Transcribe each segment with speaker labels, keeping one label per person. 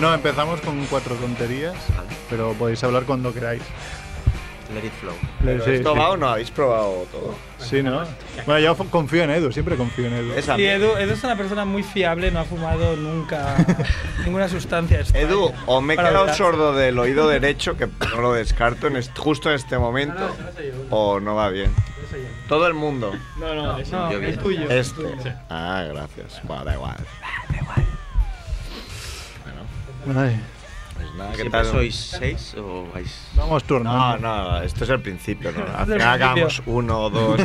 Speaker 1: No, empezamos con cuatro tonterías,
Speaker 2: Vale.
Speaker 1: pero podéis hablar cuando queráis.
Speaker 2: Let it flow.
Speaker 3: Pero
Speaker 1: Sí,
Speaker 3: ¿Esto
Speaker 1: sí.
Speaker 3: va o no habéis probado todo?
Speaker 1: Sí, ¿no? Bueno, yo f- confío en Edu, siempre confío en Edu.
Speaker 3: Esa.
Speaker 4: Y Edu, Edu es una persona muy fiable, no ha fumado nunca ninguna sustancia. extraña.
Speaker 3: Edu,
Speaker 4: Para
Speaker 3: o me he quedado
Speaker 4: hablar.
Speaker 3: sordo del oído derecho, que no lo descarto en est- justo en este momento, o no va bien. Todo el mundo.
Speaker 5: No, no, es
Speaker 4: No,
Speaker 2: Yo
Speaker 4: es
Speaker 2: bien.
Speaker 4: tuyo. es
Speaker 3: Este.
Speaker 4: tuyo.
Speaker 3: Ah, gracias. Bueno, da igual. Bueno,
Speaker 1: Ay,
Speaker 3: pues nada, ¿qué
Speaker 2: ¿Siempre
Speaker 3: tal?
Speaker 2: sois seis o vais...?
Speaker 1: vamos turno.
Speaker 3: No, no, esto es el principio. ¿no? Al
Speaker 4: Es el
Speaker 3: final acabamos
Speaker 4: principio.
Speaker 3: uno, dos.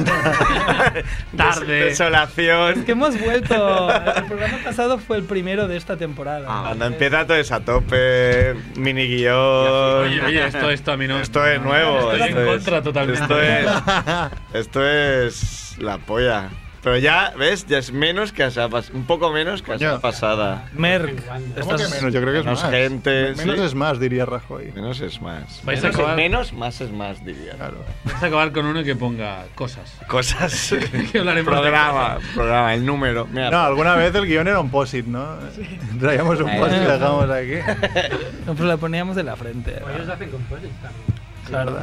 Speaker 2: Tarde.
Speaker 3: Desolación.
Speaker 4: Que hemos vuelto. El programa pasado fue el primero de esta temporada.
Speaker 2: Ah,
Speaker 3: Cuando empieza todo es a tope, mini guión.
Speaker 6: Oye, oye, esto, esto a mí no.
Speaker 3: Esto es nuevo.
Speaker 6: Estoy en
Speaker 3: esto es-
Speaker 6: contra totalmente.
Speaker 3: Esto es, esto es la polla. Pero ya, ¿ves? Ya es menos que esa pas- un poco menos que esa
Speaker 1: Coño.
Speaker 3: pasada.
Speaker 4: Merck.
Speaker 1: ¿Cómo
Speaker 4: estás-
Speaker 1: que menos? Yo creo que es
Speaker 3: menos
Speaker 1: más.
Speaker 3: gente,
Speaker 1: Menos
Speaker 3: sí.
Speaker 1: es más, diría Rajoy.
Speaker 3: Menos es más.
Speaker 6: Vais a
Speaker 3: menos,
Speaker 6: acabar-
Speaker 3: es menos, más es más, diría.
Speaker 1: Claro.
Speaker 6: Vas a acabar con uno que ponga cosas.
Speaker 1: Ah.
Speaker 3: Cosas.
Speaker 6: Que hablaremos de
Speaker 3: programa, programa, el número. Mira,
Speaker 1: No, alguna vez el guión era un posit, ¿no? Traíamos un
Speaker 3: Ahí.
Speaker 1: posit y dejamos aquí.
Speaker 4: Nos la poníamos de la frente.
Speaker 5: Ellos hacen con polis también.
Speaker 4: Claro.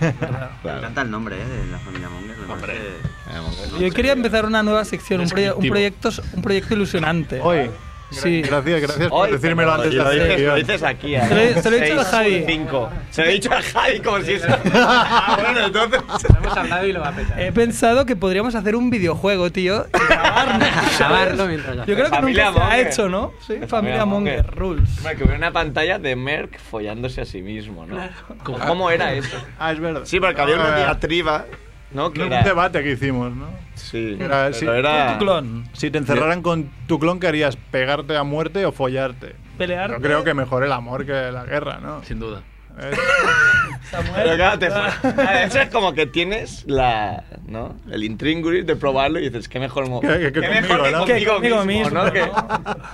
Speaker 2: Me
Speaker 3: claro.
Speaker 2: encanta el nombre, ¿eh? De la familia Monger. me
Speaker 6: Hombre.
Speaker 2: parece-
Speaker 3: Vamos.
Speaker 4: Yo quería empezar una nueva sección, un, proye- un
Speaker 6: Descriptivo.
Speaker 4: proyecto, un proyecto ilusionante.
Speaker 1: Hoy.
Speaker 4: Sí.
Speaker 1: Gracias, gracias por
Speaker 3: Hoy,
Speaker 1: decírmelo
Speaker 3: pero-
Speaker 1: antes de
Speaker 3: y lo
Speaker 1: hacer
Speaker 3: dices,
Speaker 1: el
Speaker 3: lo
Speaker 1: guión.
Speaker 3: dices aquí. ¿eh?
Speaker 4: Se lo- se lo he dicho a
Speaker 3: Seis,
Speaker 4: Javi.
Speaker 3: cinco. Se lo he dicho a Javi como si... ah, bueno, entonces...
Speaker 5: Lo hemos hablado y lo va a petar.
Speaker 4: He pensado que podríamos hacer un videojuego, tío. y grabarlo, ¿sabes?
Speaker 5: Grabarlo mientras lo
Speaker 4: Yo creo que
Speaker 3: Familia
Speaker 4: nunca se ha
Speaker 3: Monger.
Speaker 4: hecho, ¿no? Sí,
Speaker 3: Familia
Speaker 4: Familia Monger,
Speaker 3: Monger.
Speaker 4: Rules.
Speaker 3: Hombre, que hubiera una pantalla de Merck follándose a sí mismo, ¿no? ¿Cómo, cómo era eso?
Speaker 1: Ah, es verdad.
Speaker 3: Sí, porque había
Speaker 1: Ah,
Speaker 3: una
Speaker 1: verdad.
Speaker 3: diatriba, ¿no? Que
Speaker 1: Un
Speaker 3: era...
Speaker 1: debate que hicimos, ¿no?
Speaker 3: Sí,
Speaker 1: Era-
Speaker 3: pero
Speaker 1: sí.
Speaker 3: era...
Speaker 4: Tu clon.
Speaker 1: Si te encerraran con tu clon, ¿qué harías? ¿Pegarte a muerte o follarte?
Speaker 4: Pelear.
Speaker 1: Yo creo que mejor el amor que la guerra, ¿no?
Speaker 6: Sin duda.
Speaker 1: Es-
Speaker 3: Pero claro, te... Ah, Eso es como que tienes la... ¿no? El intríngulis de probarlo y dices, qué mejor... mo-
Speaker 1: Que- que- que
Speaker 3: qué mejor
Speaker 1: conmigo,
Speaker 3: que
Speaker 1: ¿no?
Speaker 3: conmigo,
Speaker 4: Que conmigo
Speaker 3: mismo,
Speaker 4: mismo,
Speaker 3: ¿no? Que,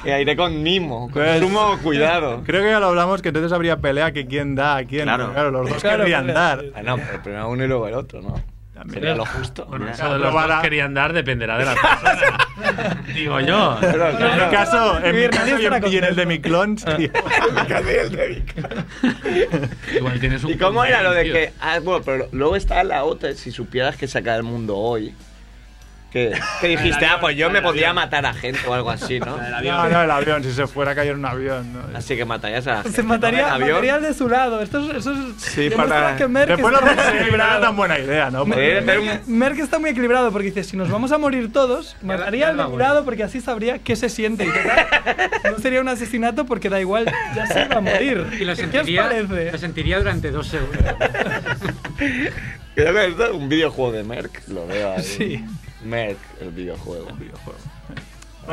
Speaker 3: que iré con Nimo,
Speaker 1: Pues,
Speaker 3: con
Speaker 1: eh,
Speaker 3: sumo cuidado.
Speaker 1: Creo que ya lo hablamos, que entonces habría pelea que quién da a quién.
Speaker 2: Claro.
Speaker 1: los dos
Speaker 4: Claro,
Speaker 1: querrían
Speaker 4: pelea,
Speaker 1: dar.
Speaker 4: sí.
Speaker 3: Ah, no, pero primero uno y luego el otro, ¿no?
Speaker 1: También.
Speaker 3: Sería lo justo.
Speaker 6: Bueno,
Speaker 2: Mira,
Speaker 6: eso de los
Speaker 1: probar
Speaker 6: dos
Speaker 1: a-
Speaker 6: querían dar dependerá de la persona. Digo yo.
Speaker 3: Pero,
Speaker 1: En mi
Speaker 3: claro.
Speaker 1: caso, en mi
Speaker 4: Nadie
Speaker 1: caso y,
Speaker 4: estará
Speaker 1: en, y en el de mi clon, sí.
Speaker 6: Igual tienes un.
Speaker 3: ¿Y cómo era lo de
Speaker 6: tío.
Speaker 3: que.? Ah, bueno, pero luego estaba la otra, si supieras que se acaba el mundo hoy. Que, que dijiste, ah, pues yo me podría matar a gente o algo así, ¿no?
Speaker 1: No, no, el avión, si se fuera a caer un avión. ¿no?
Speaker 3: Así que matarías a. la gente,
Speaker 4: Se
Speaker 3: ¿no?
Speaker 4: mataría,
Speaker 3: En avión.
Speaker 4: mataría de su lado. Esto es. Esto es
Speaker 3: Sí,
Speaker 4: demuestra
Speaker 3: para-
Speaker 4: que Merck
Speaker 1: Después lo
Speaker 4: está-
Speaker 1: pensé, pero no era tan buena idea, ¿no?
Speaker 3: Podría hacer un-
Speaker 4: Merck está muy equilibrado porque dice, si nos vamos a morir todos, mataría al de mi lado porque así sabría qué se siente. y total, No sería un asesinato porque da igual, ya se iba a morir.
Speaker 5: Y lo
Speaker 4: ¿Qué os
Speaker 5: sentiría, lo
Speaker 4: parece?
Speaker 5: sentiría durante dos segundos.
Speaker 3: Creo que esto es un videojuego de Merck, lo veo ahí.
Speaker 4: Sí.
Speaker 3: Merck, el videojuego.
Speaker 1: Bueno,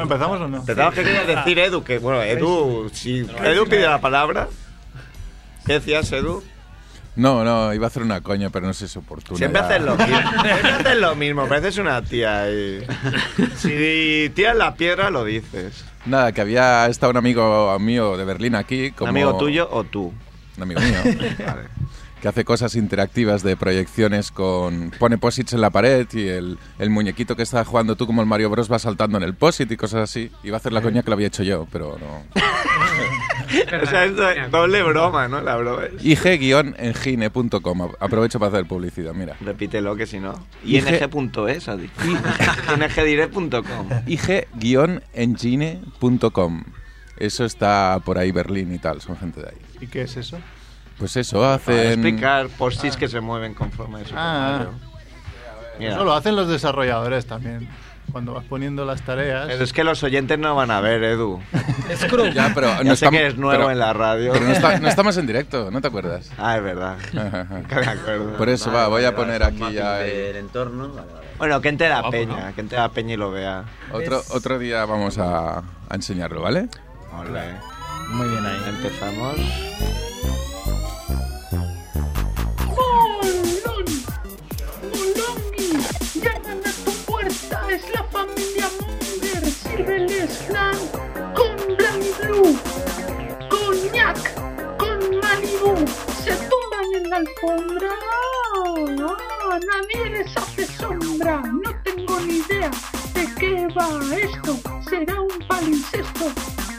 Speaker 1: ¿Empezamos o no?
Speaker 3: Te tengo que decir, Edu, que. Bueno, Edu, si. Edu pide la palabra. ¿Qué decías, Edu?
Speaker 7: No, no, iba a hacer una coña, pero no sé si es oportuna.
Speaker 3: Siempre
Speaker 7: ya.
Speaker 3: haces lo mismo. Siempre haces lo mismo. Pareces una tía. ahí. Si tiras la piedra, lo dices.
Speaker 7: Nada, que había estado un amigo mío de Berlín aquí.
Speaker 3: ¿Un
Speaker 7: Como
Speaker 3: amigo tuyo o tú?
Speaker 7: Un amigo mío.
Speaker 3: Vale.
Speaker 7: que hace cosas interactivas de proyecciones con... Pone posits en la pared y el, el muñequito que está jugando tú como el Mario Bros va saltando en el posit y cosas así. Iba a hacer la coña que lo había hecho yo, pero no.
Speaker 3: O sea, esto es doble broma, ¿no? La broma es-
Speaker 7: IG-engine.com. Aprovecho para hacer publicidad, mira.
Speaker 3: Repítelo que si no.
Speaker 7: IG.
Speaker 3: ing.es, ha dicho. ingdirect.com.
Speaker 7: IG-engine.com. Eso está por ahí, Berlín y tal, son gente de ahí.
Speaker 1: ¿Y qué es eso?
Speaker 7: Pues eso,
Speaker 3: Para
Speaker 7: hacen...
Speaker 3: explicar postis que se mueven conforme a eso.
Speaker 1: Ah.
Speaker 3: Mira,
Speaker 1: Eso lo hacen los desarrolladores también. Cuando vas poniendo las tareas.
Speaker 3: pero es que los oyentes no van a ver, Edu.
Speaker 4: Scrooge.
Speaker 7: Ya, pero
Speaker 3: Ya
Speaker 7: no
Speaker 3: sé
Speaker 7: estam-
Speaker 3: que eres nuevo
Speaker 7: pero-
Speaker 3: en la radio.
Speaker 7: Pero no, está- no estamos en directo, ¿no te acuerdas?
Speaker 3: Ah, es verdad. Nunca me acuerdo.
Speaker 7: Por eso va, voy a
Speaker 2: vale, vale,
Speaker 7: poner
Speaker 2: son
Speaker 7: aquí
Speaker 2: mapping
Speaker 7: ya el-
Speaker 2: del entorno, vale, vale.
Speaker 3: Bueno, que entre la
Speaker 6: Guapo,
Speaker 3: peña, que entre la peña y lo vea.
Speaker 7: Otro, otro día vamos a, a enseñarlo, ¿vale?
Speaker 3: Ole.
Speaker 1: Muy bien ahí.
Speaker 3: Empezamos.
Speaker 8: ¡Molón! ¡Molongi! ¡Llegan a tu puerta! ¡Es la familia Munger! ¡Sírveles flan con Blanc Blue! ¡Coñac! ¡Con Malibu! ¡Se tumban en la alfombra! ¡Ah! ¡Nadie les hace sombra! ¡No tengo ni idea de qué va esto! ¡Será un palincesto!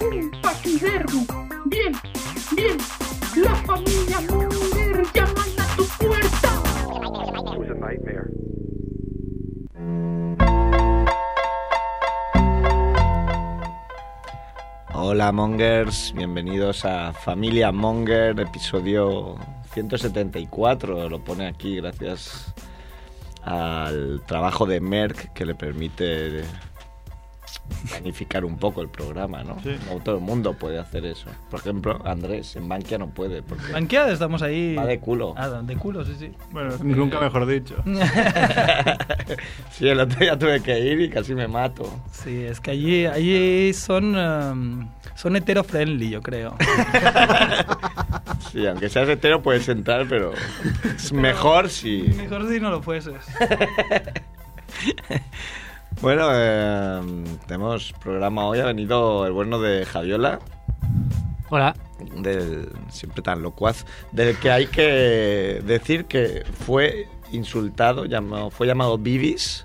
Speaker 8: ¡Un paquidermo! Bien, bien, la familia Munger llaman a tu puerta.
Speaker 3: Hola Mongers, bienvenidos a Familia Monger, episodio 174. Lo pone aquí gracias al trabajo de Merck que le permite planificar un poco el programa, ¿no?
Speaker 1: Sí.
Speaker 3: No todo el mundo puede hacer eso. Por ejemplo, Andrés en Bankia no puede porque
Speaker 4: Banqueada estamos ahí.
Speaker 3: va de culo.
Speaker 4: Ah, de culo, sí, sí.
Speaker 1: Bueno, nunca mejor dicho.
Speaker 3: sí, el otro día tuve que ir y casi me mato.
Speaker 4: Sí, es que allí, allí son, em, son hetero-friendly, yo creo.
Speaker 3: Sí, aunque seas hetero puedes entrar, pero es mejor si...
Speaker 4: Mejor si no lo fueses.
Speaker 3: Bueno, eh, tenemos programa hoy. Ha venido el bueno de Javiola,
Speaker 9: Hola.
Speaker 3: del siempre tan locuaz, del que hay que decir que fue insultado, llamado, fue llamado Bibis.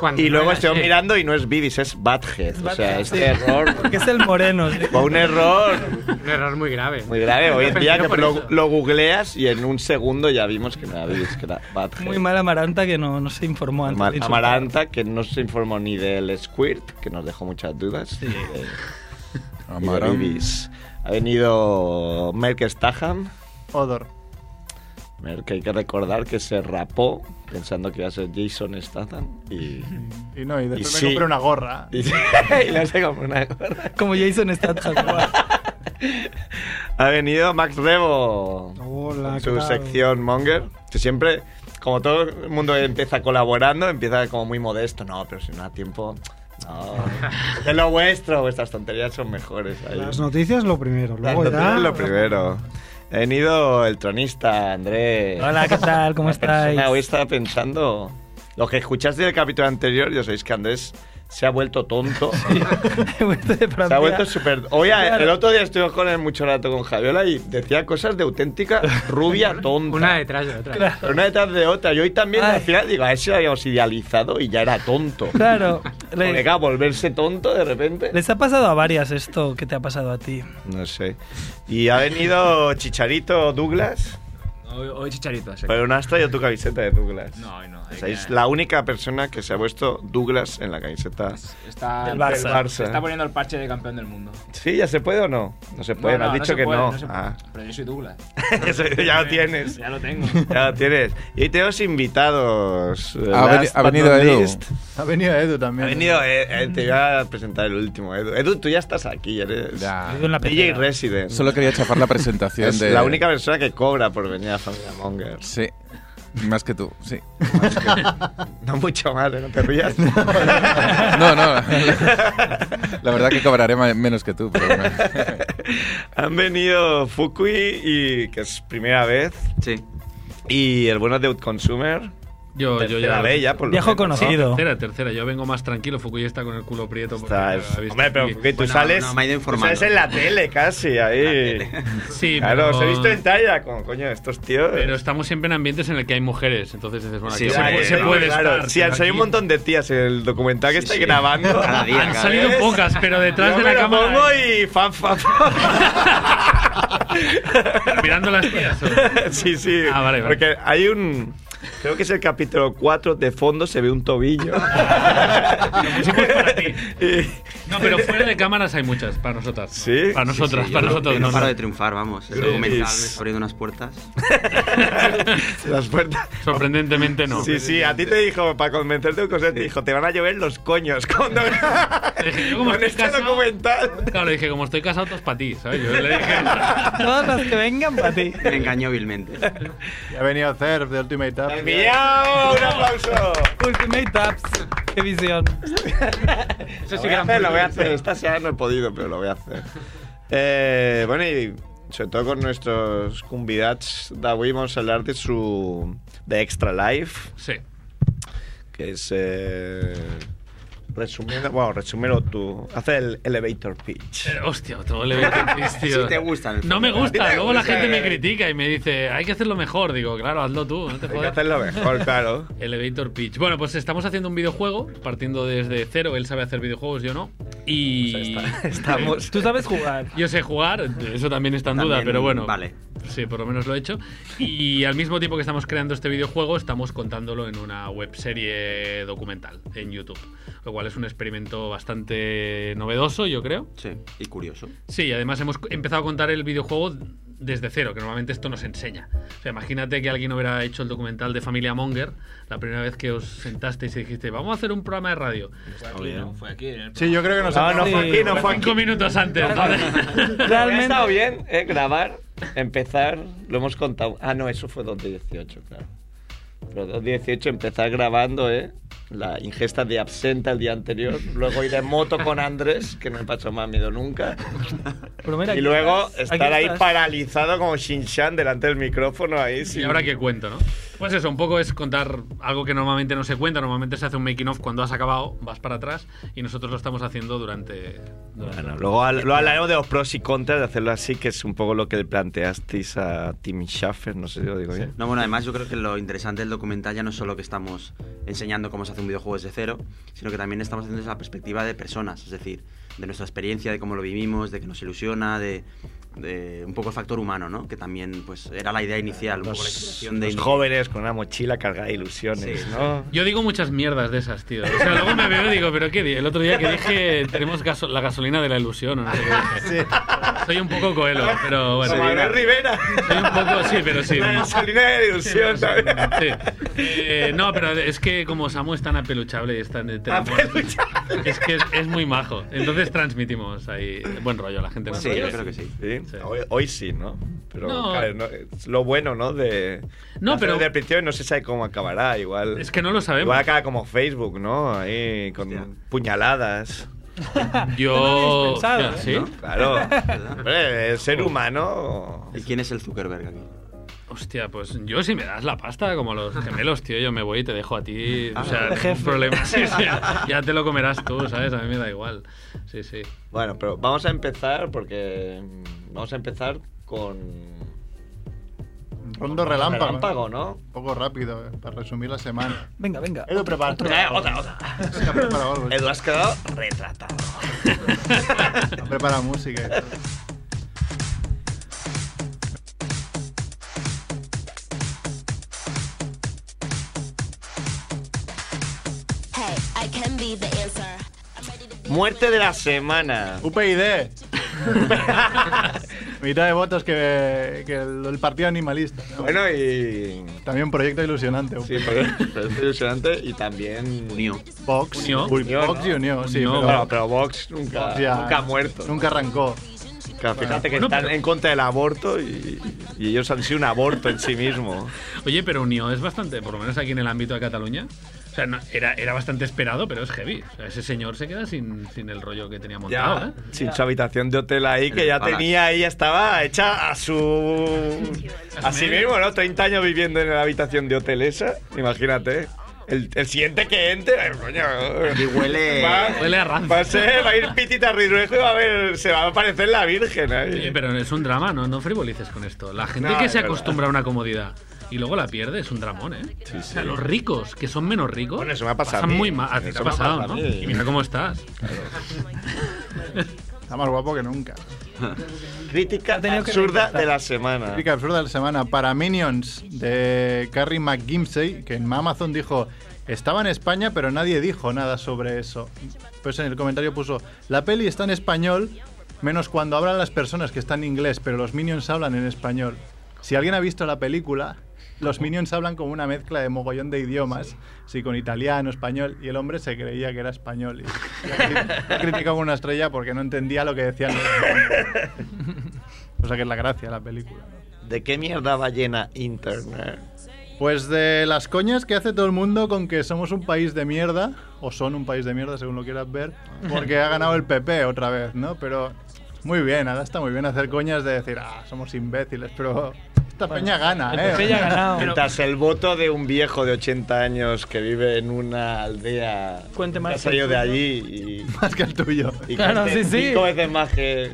Speaker 9: Cuando
Speaker 3: Y
Speaker 9: no
Speaker 3: luego
Speaker 9: era
Speaker 3: estoy
Speaker 9: así.
Speaker 3: mirando y no es Bibis, es Badhead. o sea, este error
Speaker 4: Porque es el moreno. sí.
Speaker 3: fue un error
Speaker 9: Un error muy grave.
Speaker 3: muy grave hoy en
Speaker 9: Pero
Speaker 3: día
Speaker 9: no
Speaker 3: que
Speaker 9: por
Speaker 3: lo,
Speaker 9: eso.
Speaker 3: lo googleas y en un segundo ya vimos que no era Bibis, que era Badhead.
Speaker 4: Muy mal Amaranta que no, no se informó antes.
Speaker 3: Amar-
Speaker 4: de insultar.
Speaker 3: Amaranta, que no se informó ni del Squirt, que nos dejó muchas dudas. Eh, y de
Speaker 7: Amarán.
Speaker 3: Bibis. Ha venido Merck Staham.
Speaker 1: Odor.
Speaker 3: Merck, hay que recordar que se rapó pensando que iba a ser Jason Statham. Y,
Speaker 1: Y no, y después
Speaker 3: Y
Speaker 1: me
Speaker 3: sí.
Speaker 1: compré una gorra.
Speaker 3: y, y le hace como una gorra.
Speaker 4: Como Jason Statham. guau.
Speaker 3: Ha venido Max Rebo.
Speaker 10: Hola,
Speaker 3: con
Speaker 10: ¿qué
Speaker 3: su
Speaker 10: tal?
Speaker 3: sección Monger. Que siempre, como todo el mundo empieza colaborando, empieza como muy modesto. No, pero si no da tiempo. No. De lo vuestro, vuestras tonterías son mejores. Ahí.
Speaker 10: Las noticias lo primero, luego
Speaker 3: Las
Speaker 10: ya...
Speaker 3: noticias lo primero. Ha venido el tronista, Andrés.
Speaker 4: Hola, ¿qué tal? ¿Cómo
Speaker 3: Una
Speaker 4: estáis?
Speaker 3: persona hoy estaba pensando. Lo que escuchaste del capítulo anterior, yo sabéis que Andrés se ha vuelto tonto.
Speaker 4: He vuelto de
Speaker 3: se ha
Speaker 4: Francia.
Speaker 3: vuelto súper. Hoy, a-
Speaker 4: Claro.
Speaker 3: el otro día estuvimos con él mucho rato con Javiola y decía cosas de auténtica rubia tonta.
Speaker 9: Una detrás de otra.
Speaker 4: Claro.
Speaker 3: Pero una detrás de otra. Y hoy también
Speaker 4: Ay.
Speaker 3: al final digo, a ese lo habíamos idealizado y ya era tonto.
Speaker 4: Claro. le-
Speaker 3: Colega, volverse tonto de repente.
Speaker 4: les ha pasado a varias esto que te ha pasado a ti.
Speaker 3: No sé. Y ha venido Chicharito Douglas.
Speaker 2: Hoy, hoy chicharito, así que-
Speaker 3: Pero no has traído tu camiseta de Douglas.
Speaker 2: No, hoy no.
Speaker 3: O
Speaker 2: hay
Speaker 3: sea,
Speaker 2: que-
Speaker 3: es la única persona que se ha puesto Douglas en la camiseta.
Speaker 2: Está,
Speaker 4: del Barça.
Speaker 2: se
Speaker 3: Barça.
Speaker 2: está poniendo el parche de campeón del mundo.
Speaker 3: Sí, ya se puede o no. No se puede,
Speaker 2: No,
Speaker 3: me
Speaker 2: no,
Speaker 3: has
Speaker 2: no
Speaker 3: dicho
Speaker 2: se
Speaker 3: que
Speaker 2: puede,
Speaker 3: no.
Speaker 2: se puede.
Speaker 3: Ah.
Speaker 2: Pero yo soy Douglas.
Speaker 3: Eso ya lo tienes.
Speaker 2: Ya lo tengo.
Speaker 3: Ya lo tienes. Y hoy tenemos invitados. eh,
Speaker 7: Ha veni-
Speaker 3: last
Speaker 7: ha
Speaker 3: but
Speaker 7: venido
Speaker 3: not
Speaker 7: Edu.
Speaker 3: least.
Speaker 1: Ha venido Edu
Speaker 3: Ha
Speaker 1: también.
Speaker 3: venido, eh, eh, te voy a presentar el último, Edu. Edu, tú ya estás aquí, eres
Speaker 7: Ya.
Speaker 4: Vivo en la
Speaker 3: DJ
Speaker 4: pecera.
Speaker 3: Resident.
Speaker 7: Solo quería chafar la presentación
Speaker 3: es
Speaker 7: de.
Speaker 3: la única persona que cobra por venir a Familia Monger.
Speaker 7: Sí. Más que tú, sí.
Speaker 3: No mucho más, eh, no te rías.
Speaker 7: No, no. La verdad que cobraré ma- menos que tú, pero bueno.
Speaker 3: Han venido Fukui, y, que es primera vez,
Speaker 2: Sí.
Speaker 3: y el bueno de Outconsumer.
Speaker 6: Yo, yo
Speaker 3: Tercera
Speaker 6: ya.
Speaker 3: vez ya, por lo
Speaker 4: Viejo
Speaker 3: menos, ¿no?
Speaker 4: conocido.
Speaker 6: Tercera, tercera. Yo vengo más tranquilo. Fukui está con el culo prieto. porque
Speaker 3: Está,
Speaker 6: ya
Speaker 3: es-
Speaker 6: ha visto
Speaker 3: hombre, pero
Speaker 6: aquí.
Speaker 3: Fukui, tú
Speaker 2: Bueno,
Speaker 3: sales.
Speaker 2: no, me ha ido
Speaker 3: tú
Speaker 2: informando.
Speaker 3: sales en la tele casi, ahí.
Speaker 6: Sí,
Speaker 3: Claro, os he
Speaker 6: pero-
Speaker 3: visto en talla, como coño, estos tíos.
Speaker 6: Pero estamos siempre en ambientes en el que hay mujeres. Entonces dices, bueno,
Speaker 2: Sí,
Speaker 6: aquí
Speaker 2: sí,
Speaker 6: se,
Speaker 2: sí,
Speaker 6: se
Speaker 2: sí,
Speaker 6: puede
Speaker 3: claro,
Speaker 6: estar.
Speaker 3: Sí,
Speaker 6: pero
Speaker 3: hay un
Speaker 6: aquí-
Speaker 3: montón de tías en el documental que
Speaker 2: Sí,
Speaker 3: estáis
Speaker 2: sí.
Speaker 3: grabando.
Speaker 2: Cada día,
Speaker 6: Han
Speaker 2: cada
Speaker 6: salido
Speaker 3: vez.
Speaker 6: pocas, pero detrás
Speaker 3: Yo
Speaker 6: de
Speaker 3: me
Speaker 6: la
Speaker 3: lo
Speaker 6: cámara.
Speaker 3: pongo y fan, fan, fan.
Speaker 6: Mirando las tías.
Speaker 3: sí, sí.
Speaker 6: Ah, vale, vale.
Speaker 3: Porque hay un. Creo que es el capítulo 4, de fondo se ve un tobillo.
Speaker 6: Lo pusimos para ti.
Speaker 3: Y-
Speaker 6: No, pero fuera de cámaras hay muchas, para nosotras. ¿no?
Speaker 3: Sí.
Speaker 6: Para
Speaker 2: Sí, sí,
Speaker 6: nosotras,
Speaker 2: yo
Speaker 6: para
Speaker 2: no-
Speaker 6: nosotros.
Speaker 2: yo no,
Speaker 6: no,
Speaker 2: paro
Speaker 6: no.
Speaker 2: de triunfar, vamos. El
Speaker 3: Gris.
Speaker 2: documental me está abriendo unas puertas.
Speaker 3: Las puertas.
Speaker 6: Sorprendentemente no.
Speaker 3: Sí, sí, a ti te dijo, para convencerte un concepto, te dijo, te van a llover los coños cuando
Speaker 6: dije, yo como
Speaker 3: con
Speaker 6: estoy
Speaker 3: este
Speaker 6: casado-
Speaker 3: documental.
Speaker 6: Claro, dije, como estoy casado, todo es para ti, ¿sabes? Yo le dije...
Speaker 4: Todas las que vengan para ti.
Speaker 2: Me engañó vilmente.
Speaker 1: Y ha venido Cerf de Ultimate Tap.
Speaker 3: ¡Has pillado! ¡Un aplauso!
Speaker 4: Ultimate Taps. Qué visión.
Speaker 9: Eso
Speaker 3: lo
Speaker 9: sí
Speaker 3: voy
Speaker 9: que
Speaker 3: a
Speaker 9: era
Speaker 3: hacer,
Speaker 9: muy
Speaker 3: lo voy
Speaker 9: triste.
Speaker 3: a
Speaker 6: ¿eh?
Speaker 3: hacer. Esta semana no he podido, pero lo voy a hacer. Eh, bueno, y sobre todo con nuestros convidats d'avui vamos a hablar de su... de Extra Life,
Speaker 6: Sí.
Speaker 3: que es... Eh, resumiendo... Bueno, resúmelo tú. Haz el elevator pitch.
Speaker 6: Eh, hostia, otro elevator pitch, tío.
Speaker 2: Sí te gustan, el
Speaker 6: No me
Speaker 2: fondo.
Speaker 3: A ti
Speaker 6: gusta.
Speaker 3: te
Speaker 6: Luego la
Speaker 3: gusta,
Speaker 6: gente me
Speaker 3: eh.
Speaker 6: critica y me dice, hay que hacerlo mejor. Digo, claro, hazlo tú, no te
Speaker 3: Hay que
Speaker 6: jodas.
Speaker 3: hacerlo mejor, claro.
Speaker 6: Elevator Pitch. Bueno, pues estamos haciendo un videojuego partiendo desde cero. Él sabe hacer videojuegos, yo no.
Speaker 4: Y.
Speaker 3: estamos-
Speaker 4: Tú sabes jugar. Yo sé jugar, eso también está en duda,
Speaker 2: También,
Speaker 4: pero bueno.
Speaker 2: vale.
Speaker 4: Sí, por lo menos lo he hecho. Y al mismo tiempo que estamos creando este videojuego, estamos contándolo en una webserie documental en YouTube. Lo cual es un experimento bastante novedoso, yo creo.
Speaker 2: Sí, y curioso.
Speaker 4: Sí, y además hemos empezado a contar el videojuego desde cero, que normalmente esto nos enseña. O sea, imagínate que alguien hubiera hecho el documental de Familia Monger la primera vez que os sentasteis y dijiste, vamos a hacer un programa de radio.
Speaker 6: Fue aquí. en el
Speaker 1: Sí, yo creo que nos
Speaker 3: No, Ah, no fue aquí, no fue aquí.
Speaker 4: Cinco minutos antes, joder.
Speaker 3: Realmente. Ha estado bien, ¿eh? Grabar, empezar, lo hemos contado. Ah, no, eso fue 2018, claro. Pero 2018 empezar grabando, ¿eh? La ingesta de absenta el día anterior. Luego ir en moto con Andrés, que no me pasó más miedo nunca.
Speaker 11: Pero Pues mira,
Speaker 3: y
Speaker 11: aquí
Speaker 3: luego
Speaker 11: estás,
Speaker 3: estar
Speaker 11: aquí
Speaker 3: ahí
Speaker 11: estás.
Speaker 3: paralizado como Shin-Chan delante del micrófono ahí.
Speaker 4: Y
Speaker 3: sin-
Speaker 4: ahora que cuento, ¿no? Pues eso, un poco es contar algo que normalmente no se cuenta. Normalmente se hace un making of cuando has acabado, vas para atrás y nosotros lo estamos haciendo durante. durante-
Speaker 3: Bueno, luego al- luego hablaremos de los pros y contras de hacerlo así, que es un poco lo que planteasteis a Timmy Schaffer, no sé si lo digo bien.
Speaker 2: No, bueno, además yo creo que lo interesante del documental ya no es solo que estamos enseñando cómo se hace un videojuego desde cero, sino que también estamos haciendo desde la perspectiva de personas, es decir, de nuestra experiencia, de cómo lo vivimos, de que nos ilusiona, de, de un poco el factor humano, ¿no? Que también pues era la idea inicial, un poco la
Speaker 3: Los,
Speaker 2: inspiración de...
Speaker 3: los jóvenes con una mochila cargada de ilusiones,
Speaker 2: Sí,
Speaker 3: ¿no?
Speaker 4: Yo digo muchas mierdas de esas, tío. O sea, luego me veo y digo, pero qué di-? el otro día que dije tenemos gaso- la gasolina de la ilusión, o no sé qué dije. Soy un poco coelo, pero bueno.
Speaker 3: Como Manuel Rivera.
Speaker 4: Soy un poco, sí, pero sí.
Speaker 3: La gasolina de ilusión, ¿sabes?
Speaker 4: Sí. Eh, no, pero es que como Samu es tan apeluchable y es tan... tenemos-
Speaker 3: Apeluchable.
Speaker 4: Es que es, es muy majo. Entonces transmitimos ahí buen rollo, la gente. nos
Speaker 2: Sí,
Speaker 4: apoya.
Speaker 2: yo creo que sí.
Speaker 3: Sí,
Speaker 4: Sí.
Speaker 3: Hoy, hoy sí, ¿no? Pero
Speaker 4: No.
Speaker 3: claro, no- es lo bueno, ¿no? De,
Speaker 4: No,
Speaker 3: hacer
Speaker 4: pero-
Speaker 3: Desde el principio no se sabe cómo acabará, igual.
Speaker 4: Es que no lo sabemos.
Speaker 3: Igual acaba como Facebook, ¿no? Ahí con
Speaker 2: Hostia.
Speaker 3: puñaladas.
Speaker 11: No lo
Speaker 4: Yo...
Speaker 11: habéis pensado,
Speaker 4: Ya,
Speaker 11: ¿eh?
Speaker 4: ¿sí?
Speaker 3: Claro. Hombre, el ser humano.
Speaker 2: ¿Y quién es el Zuckerberg aquí?
Speaker 4: Hostia, pues yo si me das la pasta como los gemelos, tío, yo me voy y te dejo a ti.
Speaker 11: Ah,
Speaker 4: o sea,
Speaker 3: jefe.
Speaker 4: ningún problema. Sí, sí, ya te lo comerás tú, ¿sabes? A mí me da igual. Sí, sí.
Speaker 3: Bueno, pero vamos a empezar porque. mm, Vamos a empezar con.
Speaker 1: Rondo relámpago.
Speaker 3: Relámpago, ¿no?
Speaker 1: Un poco rápido, eh, para resumir la semana.
Speaker 11: Venga, venga.
Speaker 1: Edu, prepara.
Speaker 3: Eh, otra, otra.
Speaker 1: Sí, ha preparado algo.
Speaker 3: Edu, has quedado retratado.
Speaker 1: Ha preparado música. y todo.
Speaker 12: Hey, I can be the answer. I'm ready to be
Speaker 3: Muerte de la semana.
Speaker 1: UPyD. Mitad de votos que, que el, el partido animalista. ¿no?
Speaker 3: Bueno, y.
Speaker 1: También un proyecto ilusionante.
Speaker 3: Sí, pero, pero es ilusionante y también.
Speaker 2: Unió.
Speaker 1: Vox.
Speaker 4: Unió.
Speaker 1: Uy,
Speaker 3: Unió,
Speaker 1: Vox y
Speaker 3: ¿no?
Speaker 1: Unió, sí.
Speaker 4: Unió,
Speaker 1: pero-
Speaker 3: Bueno, pero Vox nunca,
Speaker 1: Vox ya-
Speaker 3: nunca ha muerto.
Speaker 1: Nunca arrancó.
Speaker 3: Que fíjate que
Speaker 4: Bueno,
Speaker 3: están
Speaker 4: pero-
Speaker 3: en contra del aborto y, y ellos han sido un aborto en sí mismo.
Speaker 4: Oye, pero Unió es bastante, por lo menos aquí en el ámbito de Cataluña. O sea, no- era, era bastante esperado, pero es heavy. O sea, ese señor se queda sin, sin el rollo que tenía montado, ¿eh?
Speaker 3: Sin su habitación de hotel ahí, que ya
Speaker 2: Palace.
Speaker 3: tenía ahí, ya estaba hecha a su. A sí mismo, ¿no? 30 años viviendo en la habitación de hotel esa. Imagínate. El, el siguiente que entre, ay, coño.
Speaker 2: Y huele-
Speaker 4: Huele a rancio.
Speaker 3: Va a, ser- va a ir Pitita Ridruejo y va a ver, se va a aparecer la Virgen ahí.
Speaker 4: Oye, pero es un drama, ¿no? No frivolices con esto. La gente
Speaker 3: No,
Speaker 4: que
Speaker 3: es
Speaker 4: se
Speaker 3: verdad.
Speaker 4: acostumbra a una comodidad y luego la pierde es un dramón, ¿eh? O sea, los ricos, que son menos ricos,
Speaker 3: Bueno, eso me ha pasado
Speaker 4: pasan
Speaker 3: a mí.
Speaker 4: muy mal. A ti te
Speaker 3: Eso
Speaker 4: ha
Speaker 3: me ha
Speaker 4: pasado,
Speaker 3: pasado a
Speaker 4: ¿no?
Speaker 3: mí.
Speaker 4: Y mira cómo estás.
Speaker 1: Está más guapo que nunca.
Speaker 3: Crítica
Speaker 11: tenido que
Speaker 3: absurda de la semana.
Speaker 1: Crítica absurda de la semana para Minions de Carrie McGimsey, que en Amazon dijo, estaba en España pero nadie dijo nada sobre eso. Pues en el comentario puso, la peli está en español, menos cuando hablan las personas que están en inglés, pero los Minions hablan en español. Si alguien ha visto la película, los Minions hablan como una mezcla de mogollón de idiomas, sí, con italiano, español, y el hombre se creía que era español. Y, y aquí criticaba una estrella porque no entendía lo que decían los Minions. O sea que es la gracia de la película. ¿no?
Speaker 3: ¿De qué mierda va llena Internet?
Speaker 1: Pues de las coñas que hace todo el mundo con que somos un país de mierda, o son un país de mierda según lo quieras ver, porque ha ganado el PP otra vez, ¿no? Pero muy bien, ahora está muy bien hacer coñas de decir, ah, somos imbéciles, pero esta peña gana,
Speaker 11: El
Speaker 1: ¿eh?
Speaker 11: PP ya ha ganado.
Speaker 3: Mientras el voto de un viejo de 80 años que vive en una aldea
Speaker 11: Cuente
Speaker 3: que
Speaker 11: más
Speaker 3: ha salido
Speaker 11: que
Speaker 3: de
Speaker 11: el tuyo.
Speaker 3: allí
Speaker 1: Más que el tuyo.
Speaker 3: y, y
Speaker 11: Claro,
Speaker 3: cuente
Speaker 11: sí, sí.
Speaker 3: cinco veces más que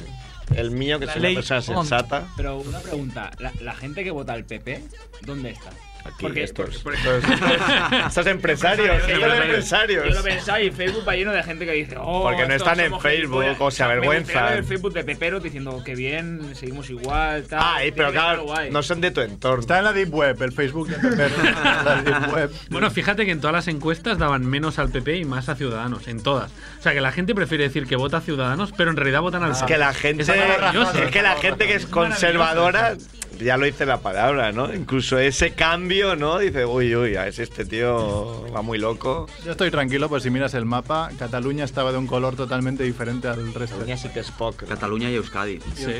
Speaker 3: el mío, que soy una
Speaker 11: ley
Speaker 3: persona
Speaker 11: Hong.
Speaker 3: sensata.
Speaker 6: Pero una pregunta, ¿la, la gente que vota al PP, ¿dónde está?
Speaker 3: Aquí,
Speaker 6: Porque-
Speaker 3: estos.
Speaker 6: porque-
Speaker 3: Estos- estos empresarios.
Speaker 6: Yo
Speaker 3: estos
Speaker 6: lo he-
Speaker 3: empresarios.
Speaker 6: Yo lo he pensado y Facebook va lleno de gente que dice, oh,
Speaker 3: Porque no
Speaker 6: estos
Speaker 3: están en
Speaker 6: somos
Speaker 3: Facebook,
Speaker 6: gilipollas.
Speaker 3: o se
Speaker 6: Me
Speaker 3: avergüenzan.
Speaker 6: gustaría ver el Facebook de Pepero diciendo que bien, seguimos igual, tal.
Speaker 3: Ay,
Speaker 6: tiene
Speaker 3: Ah, eh, pero
Speaker 6: que estar
Speaker 3: claro,
Speaker 6: guay.
Speaker 3: no son de tu entorno.
Speaker 1: Está en la Deep Web, el Facebook de Pepero. La Deep Web.
Speaker 4: Bueno, fíjate que en todas las encuestas daban menos al PP y más a Ciudadanos, en todas. O sea, que la gente prefiere decir que vota a Ciudadanos, pero en realidad votan al
Speaker 3: Es
Speaker 4: PP.
Speaker 3: Ah. que la
Speaker 1: Ah.
Speaker 3: gente,
Speaker 4: Es maravilloso.
Speaker 3: es que la gente que es conservadora, ya lo dice la palabra, ¿no? Incluso ese cambio, ¿no? Dice, uy, uy, a ver si este tío va muy loco.
Speaker 1: Yo estoy tranquilo, pues si miras el mapa, Cataluña estaba de un color totalmente diferente al resto. Cataluña
Speaker 3: sí que es poco.
Speaker 2: Cataluña y Euskadi.
Speaker 4: Sí.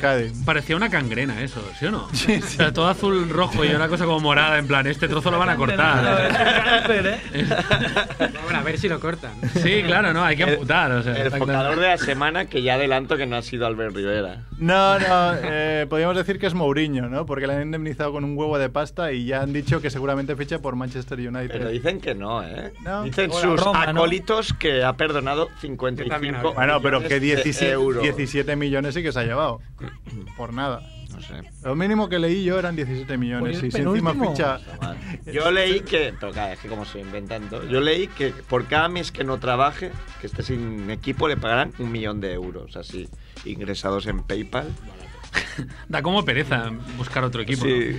Speaker 4: Parecía una cangrena eso, ¿sí o no? O sea, todo azul rojo y una cosa como morada, en plan, este trozo lo van a cortar.
Speaker 3: ¿eh?
Speaker 13: Bueno, a ver si lo cortan.
Speaker 4: Sí, claro, no, hay que amputar. O sea,
Speaker 3: El
Speaker 4: está
Speaker 3: focador
Speaker 4: claro.
Speaker 3: de la semana que ya adelanto que no ha sido Albert Rivera.
Speaker 1: No, no, eh, podríamos decir que es Mourinho, ¿no? Porque le han indemnizado con un huevo de pasta y ya han dicho que seguramente ficha por Manchester United.
Speaker 3: Pero dicen que no, ¿eh?
Speaker 1: No.
Speaker 3: Dicen
Speaker 1: O la
Speaker 3: sus
Speaker 1: Roma, ¿no?
Speaker 3: acólitos que ha perdonado 55
Speaker 1: Bueno, pero que
Speaker 3: millones de
Speaker 1: 17,
Speaker 3: euros.
Speaker 1: 17 millones sí que se ha llevado. Por nada.
Speaker 3: No sé.
Speaker 1: Lo mínimo que leí yo eran 17
Speaker 4: Pues
Speaker 1: millones. Y si encima ficha.
Speaker 3: Yo leí que. Pero claro, es que como se inventan todo. Yo leí que por cada mes que no trabaje, que esté sin equipo, le pagarán un millón de euros, así, ingresados en PayPal.
Speaker 4: Da como pereza buscar otro equipo.
Speaker 3: Sí.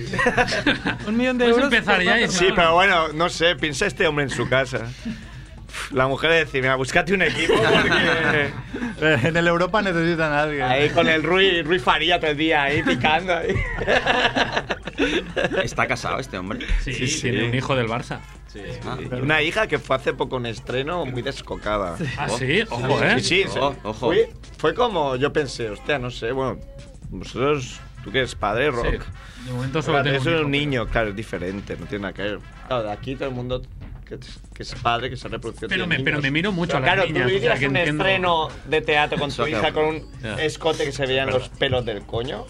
Speaker 14: Un millón de
Speaker 4: Puedes
Speaker 14: euros.
Speaker 4: empezar
Speaker 14: por
Speaker 4: ya y-
Speaker 14: cuatro
Speaker 3: Sí,
Speaker 14: semanas.
Speaker 3: pero bueno, no sé, piensa este hombre en su casa. La mujer le decía, mira, búscate un equipo porque.
Speaker 1: eh, En el Europa necesitan a alguien. ¿eh?
Speaker 3: Ahí con el Rui, Rui Faría todo el día ahí picando. Ahí.
Speaker 2: ¿Está casado este hombre?
Speaker 4: Sí, tiene un hijo del Barça.
Speaker 2: Ah.
Speaker 3: Y Una hija que fue hace poco un estreno muy descocada.
Speaker 4: Ah, sí, ojo, ¿eh?
Speaker 3: Sí, sí, sí.
Speaker 2: Ojo, ojo.
Speaker 3: Fue, fue como yo pensé, hostia, no sé, bueno, vosotros, tú que eres padre, rock.
Speaker 4: De momento solo
Speaker 3: Claro,
Speaker 4: tengo
Speaker 3: eso es
Speaker 4: hijo,
Speaker 3: un niño, claro, es diferente, no tiene nada que ver. Claro, de aquí todo el mundo que, que es padre, que se ha reproducido.
Speaker 4: Pero
Speaker 3: tiene
Speaker 4: me- pero
Speaker 3: niños.
Speaker 4: me miro mucho a las
Speaker 3: claro,
Speaker 4: niñas, o
Speaker 3: tú
Speaker 4: sea,
Speaker 3: irías
Speaker 4: que
Speaker 3: a un
Speaker 4: entiendo-
Speaker 3: estreno de teatro con tu
Speaker 2: Eso
Speaker 3: hija
Speaker 2: que-
Speaker 3: con un
Speaker 4: Ya.
Speaker 3: escote que se veían los pelos del coño.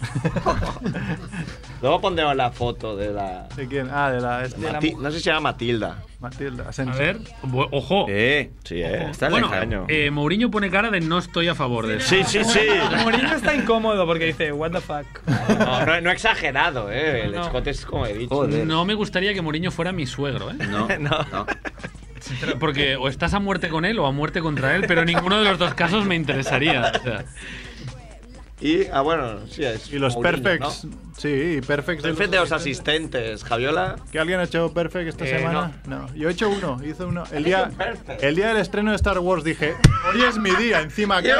Speaker 3: Luego pondremos la foto de la.
Speaker 1: ¿De quién? Ah, de la. esta,
Speaker 3: Mati- no sé si se llama Matilda.
Speaker 1: Matilda.
Speaker 4: A
Speaker 1: Asensio.
Speaker 4: ver, bu- ojo.
Speaker 3: Eh, sí, eh. Está
Speaker 4: bueno,
Speaker 3: lejaño.
Speaker 4: eh, Mourinho pone cara de no estoy a favor de eso.
Speaker 3: Sí, sí, sí.
Speaker 14: Mourinho está incómodo porque dice, what the fuck.
Speaker 3: No, no, no he exagerado, eh. El
Speaker 4: No.
Speaker 3: escote es como he dicho.
Speaker 4: No me gustaría que Mourinho fuera mi suegro, ¿eh?
Speaker 2: No,
Speaker 3: No.
Speaker 2: no.
Speaker 4: Porque o estás a muerte con él o a muerte contra él, pero ninguno de los dos casos me interesaría. o sea.
Speaker 3: Y, ah, bueno, sí, es.
Speaker 1: Y los
Speaker 3: Mourinho,
Speaker 1: perfects.
Speaker 3: ¿no?
Speaker 1: Sí, perfects. de
Speaker 3: Perfect de los asistentes, Javiola.
Speaker 1: ¿Que alguien ha hecho perfect esta
Speaker 6: Eh,
Speaker 1: semana? No. Yo he hecho uno, hice uno. El
Speaker 3: ¿Has
Speaker 1: día,
Speaker 3: hecho un perfect?
Speaker 1: el día del estreno de Star Wars dije, hoy es mi día, encima que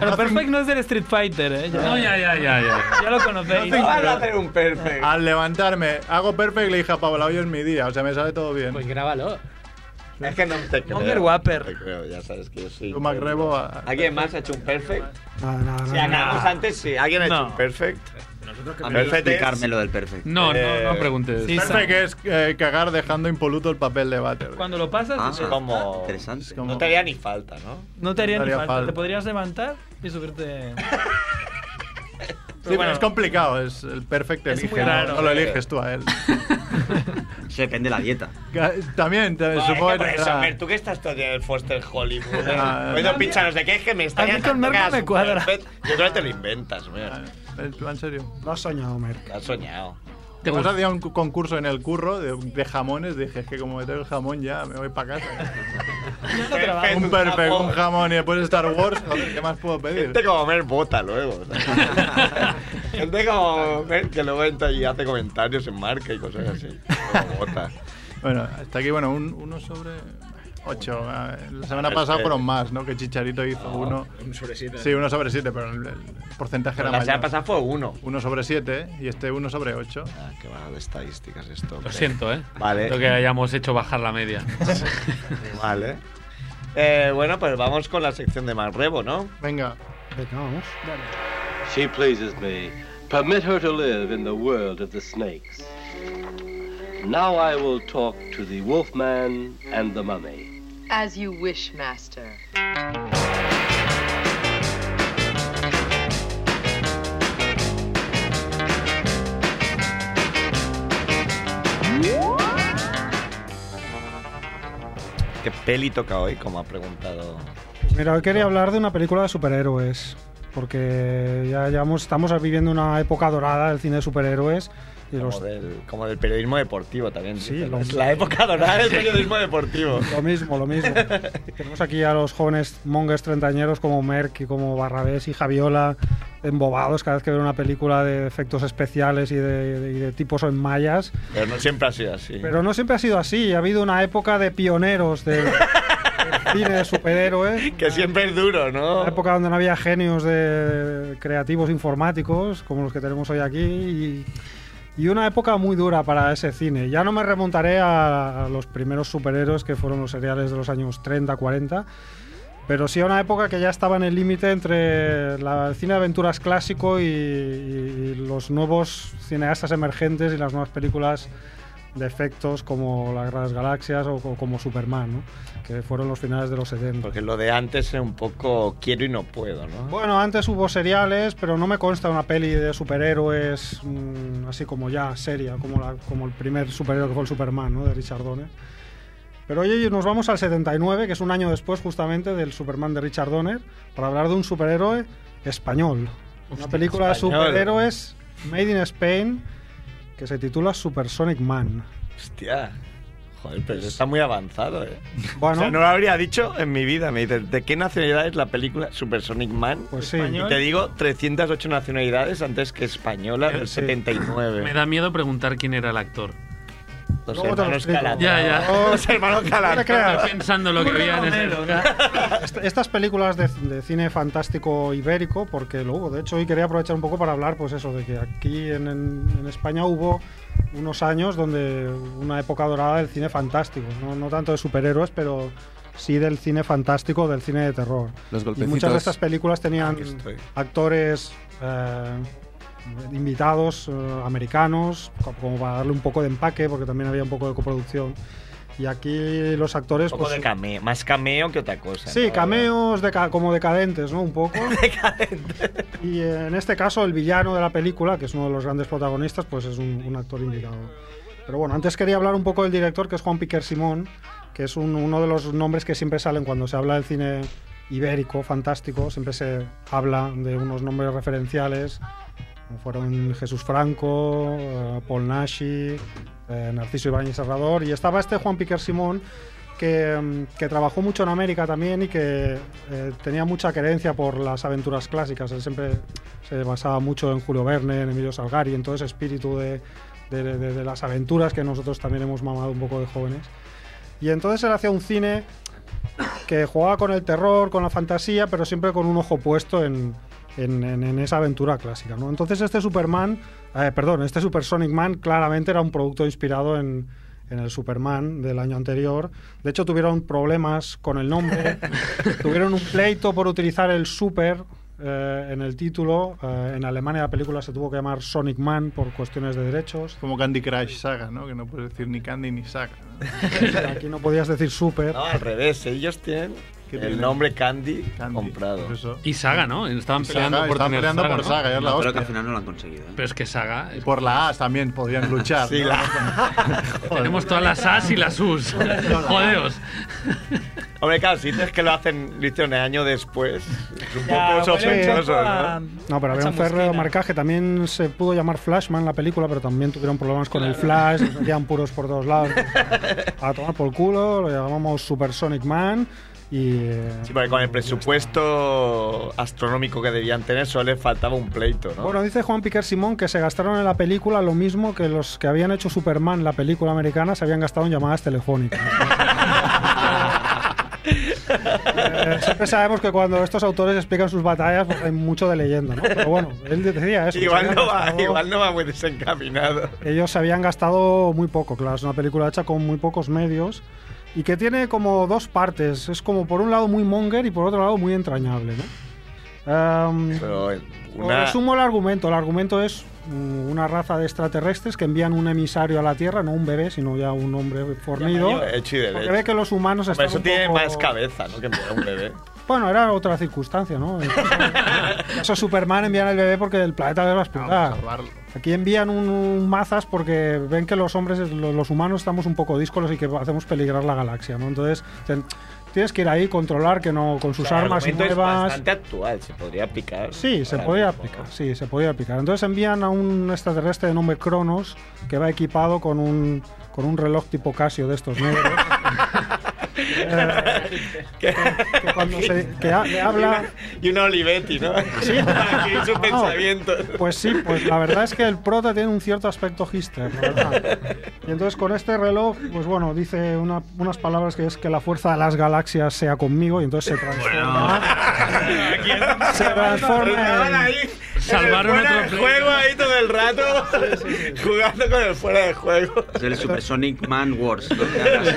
Speaker 14: Pero Perfect no es del Street Fighter, ¿eh? Ya,
Speaker 4: No, ya, ya, ya, ya.
Speaker 14: ya lo conocéis.
Speaker 3: No van a hacer un perfect.
Speaker 1: al levantarme hago perfect le dije a Paola, hoy es mi día, o sea, me sale todo bien.
Speaker 13: Pues grábalo.
Speaker 3: Es que no te creo.
Speaker 14: Monger Wapper.
Speaker 3: No te creo, ya sabes que yo soy.
Speaker 1: Tú, Mac Rebo, a-
Speaker 3: ¿Alguien más ha hecho un perfect?
Speaker 13: No, no, no.
Speaker 3: Si acabamos antes, sí. ¿Alguien ha hecho
Speaker 14: No.
Speaker 3: un perfect? Eh,
Speaker 2: A mí
Speaker 3: Perfect es-
Speaker 2: explicarme lo del perfect.
Speaker 4: No,
Speaker 14: Eh,
Speaker 4: no, no preguntes.
Speaker 14: Sí,
Speaker 1: perfect es eh, cagar dejando impoluto el papel de váter.
Speaker 14: Cuando lo pasas,
Speaker 2: Ah,
Speaker 14: dices,
Speaker 3: Es como.
Speaker 2: Interesante.
Speaker 1: como-
Speaker 3: No te haría ni falta, ¿no?
Speaker 14: no te haría
Speaker 1: No
Speaker 14: ni
Speaker 1: haría
Speaker 14: falta.
Speaker 1: falta.
Speaker 14: Te podrías levantar y subirte.
Speaker 1: Sí, pero es complicado, es el perfect
Speaker 14: Es
Speaker 1: elige,
Speaker 14: muy
Speaker 1: no-
Speaker 14: raro,
Speaker 1: no, lo
Speaker 3: eh.
Speaker 1: eliges tú a él.
Speaker 2: Eso depende de la dieta.
Speaker 1: Ca- También, te-
Speaker 3: Ay,
Speaker 1: supongo
Speaker 3: que por
Speaker 1: que
Speaker 3: eso,
Speaker 1: tendrá-
Speaker 3: Mer, tú que estás todo el día en el Foster Hollywood. ¿eh?
Speaker 1: Ah,
Speaker 3: Oído pincharos de qué es que me está
Speaker 14: a mí
Speaker 3: ya
Speaker 14: con
Speaker 3: tanto
Speaker 14: Mer no
Speaker 3: que hagas
Speaker 14: me
Speaker 3: un
Speaker 14: cuadra.
Speaker 3: perfect. Yo creo que te lo inventas, Mer.
Speaker 1: Eh, En serio.
Speaker 13: Lo has soñado, Mer.
Speaker 3: Te has soñado.
Speaker 4: ¿Te
Speaker 1: Pues
Speaker 4: gusta?
Speaker 1: hacía un cu- concurso en el curro de, de jamones, dije, es que como me traigo el jamón ya me voy para casa.
Speaker 3: Perfect,
Speaker 1: un perfect,
Speaker 3: jamón.
Speaker 1: un jamón y después Star Wars, joder, ¿qué más puedo pedir?
Speaker 4: Este
Speaker 3: Gente Este como Mer vota luego. ¿sabes? Gente como Mer que luego entra y hace comentarios en marca y cosas así. Luego vota.
Speaker 1: Bueno, hasta aquí, bueno, un, uno sobre ocho. Ah, La semana
Speaker 3: Pero
Speaker 4: Este.
Speaker 1: pasada
Speaker 3: es que-
Speaker 1: fueron más, ¿no? Que Chicharito hizo uno. Sí, uno sobre siete, pero el, el porcentaje
Speaker 3: Pero
Speaker 1: era
Speaker 3: la
Speaker 1: mayor.
Speaker 3: semana pasada fue uno.
Speaker 1: Uno sobre siete y este uno sobre ocho.
Speaker 3: Ah, qué mal de estadísticas esto.
Speaker 4: Lo
Speaker 3: hombre.
Speaker 4: siento, ¿eh?
Speaker 3: Vale.
Speaker 4: Lo que hayamos hecho bajar la media.
Speaker 3: Vale. Eh, bueno, pues vamos con la sección de Marrebo, ¿no?
Speaker 1: Venga.
Speaker 13: Venga, vamos.
Speaker 15: She pleases me. Permit her to live in the world of the snakes. Now I will talk to the wolfman and the mummy.
Speaker 12: As you wish, master.
Speaker 3: ¿Qué peli toca hoy? Como ha preguntado.
Speaker 13: Mira, hoy quería hablar de una película de superhéroes, porque ya llevamos, estamos viviendo una época dorada del cine de superhéroes
Speaker 3: Como, del, como del periodismo deportivo también.
Speaker 6: Sí, lo-
Speaker 3: es la época dorada del periodismo deportivo.
Speaker 6: Lo mismo, lo mismo. Tenemos aquí a los jóvenes mongers treintañeros como Merck y como Barrabés y Javiola, embobados cada vez que ven una película de efectos especiales y de, de- y de tipos en mallas.
Speaker 3: Pero no siempre ha sido así.
Speaker 6: Pero no siempre ha sido así, ha habido una época de pioneros de del cine de superhéroes.
Speaker 3: Que siempre es duro, ¿no?
Speaker 6: Una época donde no había genios de creativos informáticos como los que tenemos hoy aquí y, y una época muy dura para ese cine. Ya no me remontaré a, a los primeros superhéroes que fueron los seriales de los años 30, 40, pero sí a una época que ya estaba en el límite entre la- el cine de aventuras clásico y, y- y los nuevos cineastas emergentes y las nuevas películas de efectos como las Grandes Galaxias o, co- como Superman, ¿no? que fueron los finales de los 70.
Speaker 3: Porque lo de antes era un poco quiero y no puedo, ¿no?
Speaker 6: Bueno, antes hubo seriales, pero no me consta una peli de superhéroes mm, así como ya seria, como, la, como el primer superhéroe que fue el Superman, ¿no? De Richard Donner. Pero hoy nos vamos al 79, que es un año después justamente del Superman de Richard Donner, para hablar de un superhéroe español. una película
Speaker 3: español.
Speaker 6: de superhéroes made in Spain que se titula Supersonic Man.
Speaker 3: Hostia. Joder, pero eso está muy avanzado, ¿eh?
Speaker 6: Bueno.
Speaker 3: O sea, no lo habría dicho en mi vida. Me dices, ¿de qué nacionalidad es la película Supersonic Man?
Speaker 6: Pues sí.
Speaker 3: Y te digo, 308 nacionalidades antes que española del 79.
Speaker 4: Me da miedo preguntar quién era el actor.
Speaker 3: Los
Speaker 4: Luego te lo
Speaker 3: hermanos
Speaker 4: explico.
Speaker 3: Calatrava.
Speaker 4: Ya, ya.
Speaker 3: Los hermanos Calatrava.
Speaker 6: No te creas.
Speaker 4: Estoy pensando lo que había en ese...
Speaker 6: Est- Estas películas de, de cine fantástico ibérico, porque lo hubo. De hecho, hoy quería aprovechar un poco para hablar, pues eso, de que aquí en, en- en España hubo unos años donde una época dorada del cine fantástico. No, no tanto de superhéroes, pero sí del cine fantástico, del cine de terror.
Speaker 7: Los
Speaker 6: Y
Speaker 7: golpecitos.
Speaker 6: muchas de estas películas tenían actores eh, invitados eh, americanos, co- como para darle un poco de empaque, porque también había un poco de coproducción. Y aquí los actores...
Speaker 3: Un poco
Speaker 6: pues,
Speaker 3: de cameo, más cameo que otra cosa.
Speaker 6: Sí,
Speaker 3: ¿no?
Speaker 6: cameos deca- como decadentes, ¿no? Un poco. Y eh, en este caso, el villano de la película, que es uno de los grandes protagonistas, pues es un, un actor invitado. Pero bueno, antes quería hablar un poco del director, que es Juan Piquer Simón, que es un- uno de los nombres que siempre salen cuando se habla del cine ibérico, fantástico. Siempre se habla de unos nombres referenciales, como fueron Jesús Franco, eh, Paul Nashi, eh, Narciso Ibáñez Serrador. Y estaba este Juan Piquer Simón, que, mm, que trabajó mucho en América también y que eh, tenía mucha querencia por las aventuras clásicas. Él siempre se basaba mucho en Julio Verne, en Emilio Salgari, en todo ese espíritu de, de- de- de las aventuras que nosotros también hemos mamado un poco de jóvenes. Y entonces él hacía un cine que jugaba con el terror, con la fantasía, pero siempre con un ojo puesto en, en- en- en esa aventura clásica. ¿no? Entonces este Superman, eh, perdón, este Supersonic Man claramente era un producto inspirado en, en el Superman del año anterior. De hecho tuvieron problemas con el nombre, tuvieron un pleito por utilizar el Super. eh, en el título, Eh, en Alemania la película se tuvo que llamar Sonic Man por cuestiones de derechos.
Speaker 1: Como Candy Crush Saga, ¿no? Que no puedes decir ni Candy ni Saga.
Speaker 6: Aquí no podías decir Super.
Speaker 3: No, al revés, ellos tienen
Speaker 1: ¿Qué Pues
Speaker 3: el
Speaker 1: tienen?
Speaker 3: nombre Candy, comprado.
Speaker 4: Y Saga, ¿no? Estaban
Speaker 1: Y
Speaker 4: peleando
Speaker 1: Saga,
Speaker 4: por
Speaker 1: estaban
Speaker 4: tener
Speaker 1: peleando
Speaker 4: Saga,
Speaker 1: por
Speaker 4: ¿no?
Speaker 1: Saga, ya es la
Speaker 4: No, pero
Speaker 1: hostia.
Speaker 4: que al
Speaker 2: final no lo han conseguido. ¿eh?
Speaker 4: Pero es que Saga...
Speaker 1: Y por la A también podían luchar.
Speaker 4: Sí,
Speaker 1: ¿no?
Speaker 4: la
Speaker 1: Joder.
Speaker 4: Tenemos todas las As y las Us. Jodeos.
Speaker 3: Hombre, claro, si dices que lo hacen, lo hicieron años después. Es un
Speaker 6: Ya,
Speaker 3: poco
Speaker 6: huele un
Speaker 3: sospechoso,
Speaker 6: poco
Speaker 3: ¿no?
Speaker 6: a- pues, No, pero había un férreo marcaje. También se pudo llamar Flashman la película, pero también tuvieron problemas con el Flash. nos metían puros por todos lados. A tomar por culo, lo llamábamos Supersonic Man. Y. eh,
Speaker 3: Sí, porque con el presupuesto astronómico que debían tener solo les faltaba un pleito, ¿no?
Speaker 6: Bueno, dice Juan Piquer Simón que se gastaron en la película lo mismo que los que habían hecho Superman, la película americana, se habían gastado en llamadas telefónicas. Eh, siempre sabemos que cuando estos autores explican sus batallas, pues hay mucho de leyenda, ¿no? Pero bueno, él decía eso. que se
Speaker 3: igual,
Speaker 6: habían
Speaker 3: no va,
Speaker 6: gastado-
Speaker 3: igual no va muy desencaminado.
Speaker 6: Ellos se habían gastado muy poco, claro, es una película hecha con muy pocos medios y que tiene como dos partes. Es como por un lado muy monger y por otro lado muy entrañable, ¿no? Em,
Speaker 3: Pero eh,
Speaker 6: os
Speaker 3: una...
Speaker 6: Resumo el argumento. El argumento es mm, una raza de extraterrestres que envían un emisario a la Tierra, no un bebé, sino ya un hombre fornido.
Speaker 3: Hecho y
Speaker 6: Porque
Speaker 3: derecho.
Speaker 6: ve que los humanos
Speaker 3: Hombre,
Speaker 6: están
Speaker 3: eso
Speaker 6: un
Speaker 3: tiene
Speaker 6: poco-
Speaker 3: más cabeza, ¿no? Que enviar a un bebé.
Speaker 6: Bueno, era otra circunstancia, ¿no? Eso Superman envían al bebé porque el planeta debe explotar.
Speaker 1: Salvarlo.
Speaker 6: Aquí envían un, un mazas porque ven que los hombres, lo- los humanos, estamos un poco díscolos y que hacemos peligrar la galaxia, ¿no? Entonces, dicen, tienes que ir ahí, controlar que no, con sus
Speaker 3: O sea, el
Speaker 6: armas
Speaker 3: argumento es
Speaker 6: nuevas.
Speaker 3: bastante actual, se podría aplicar.
Speaker 6: Sí, se
Speaker 3: ahora
Speaker 6: podía
Speaker 3: mismo.
Speaker 6: aplicar, sí, se podía aplicar. Entonces envían a un extraterrestre de nombre Cronos que va equipado con un, con un reloj tipo Casio de estos negros. que cuando se- que ha- le habla-
Speaker 3: Y una Olivetti, ¿no? Sí. Aquí su pensamiento.
Speaker 6: Pues sí, pues la verdad es que el prota tiene un cierto aspecto hister, la verdad. Y entonces con este reloj, pues bueno, dice una- unas palabras que es que la fuerza de las galaxias sea conmigo y entonces se transforma. se transforma en-
Speaker 16: Salvaron
Speaker 3: Salvaron fuera
Speaker 16: otro
Speaker 3: de
Speaker 16: play.
Speaker 3: juego ahí todo el rato. Jugando con el fuera de juego.
Speaker 2: Es el Supersonic Man Wars.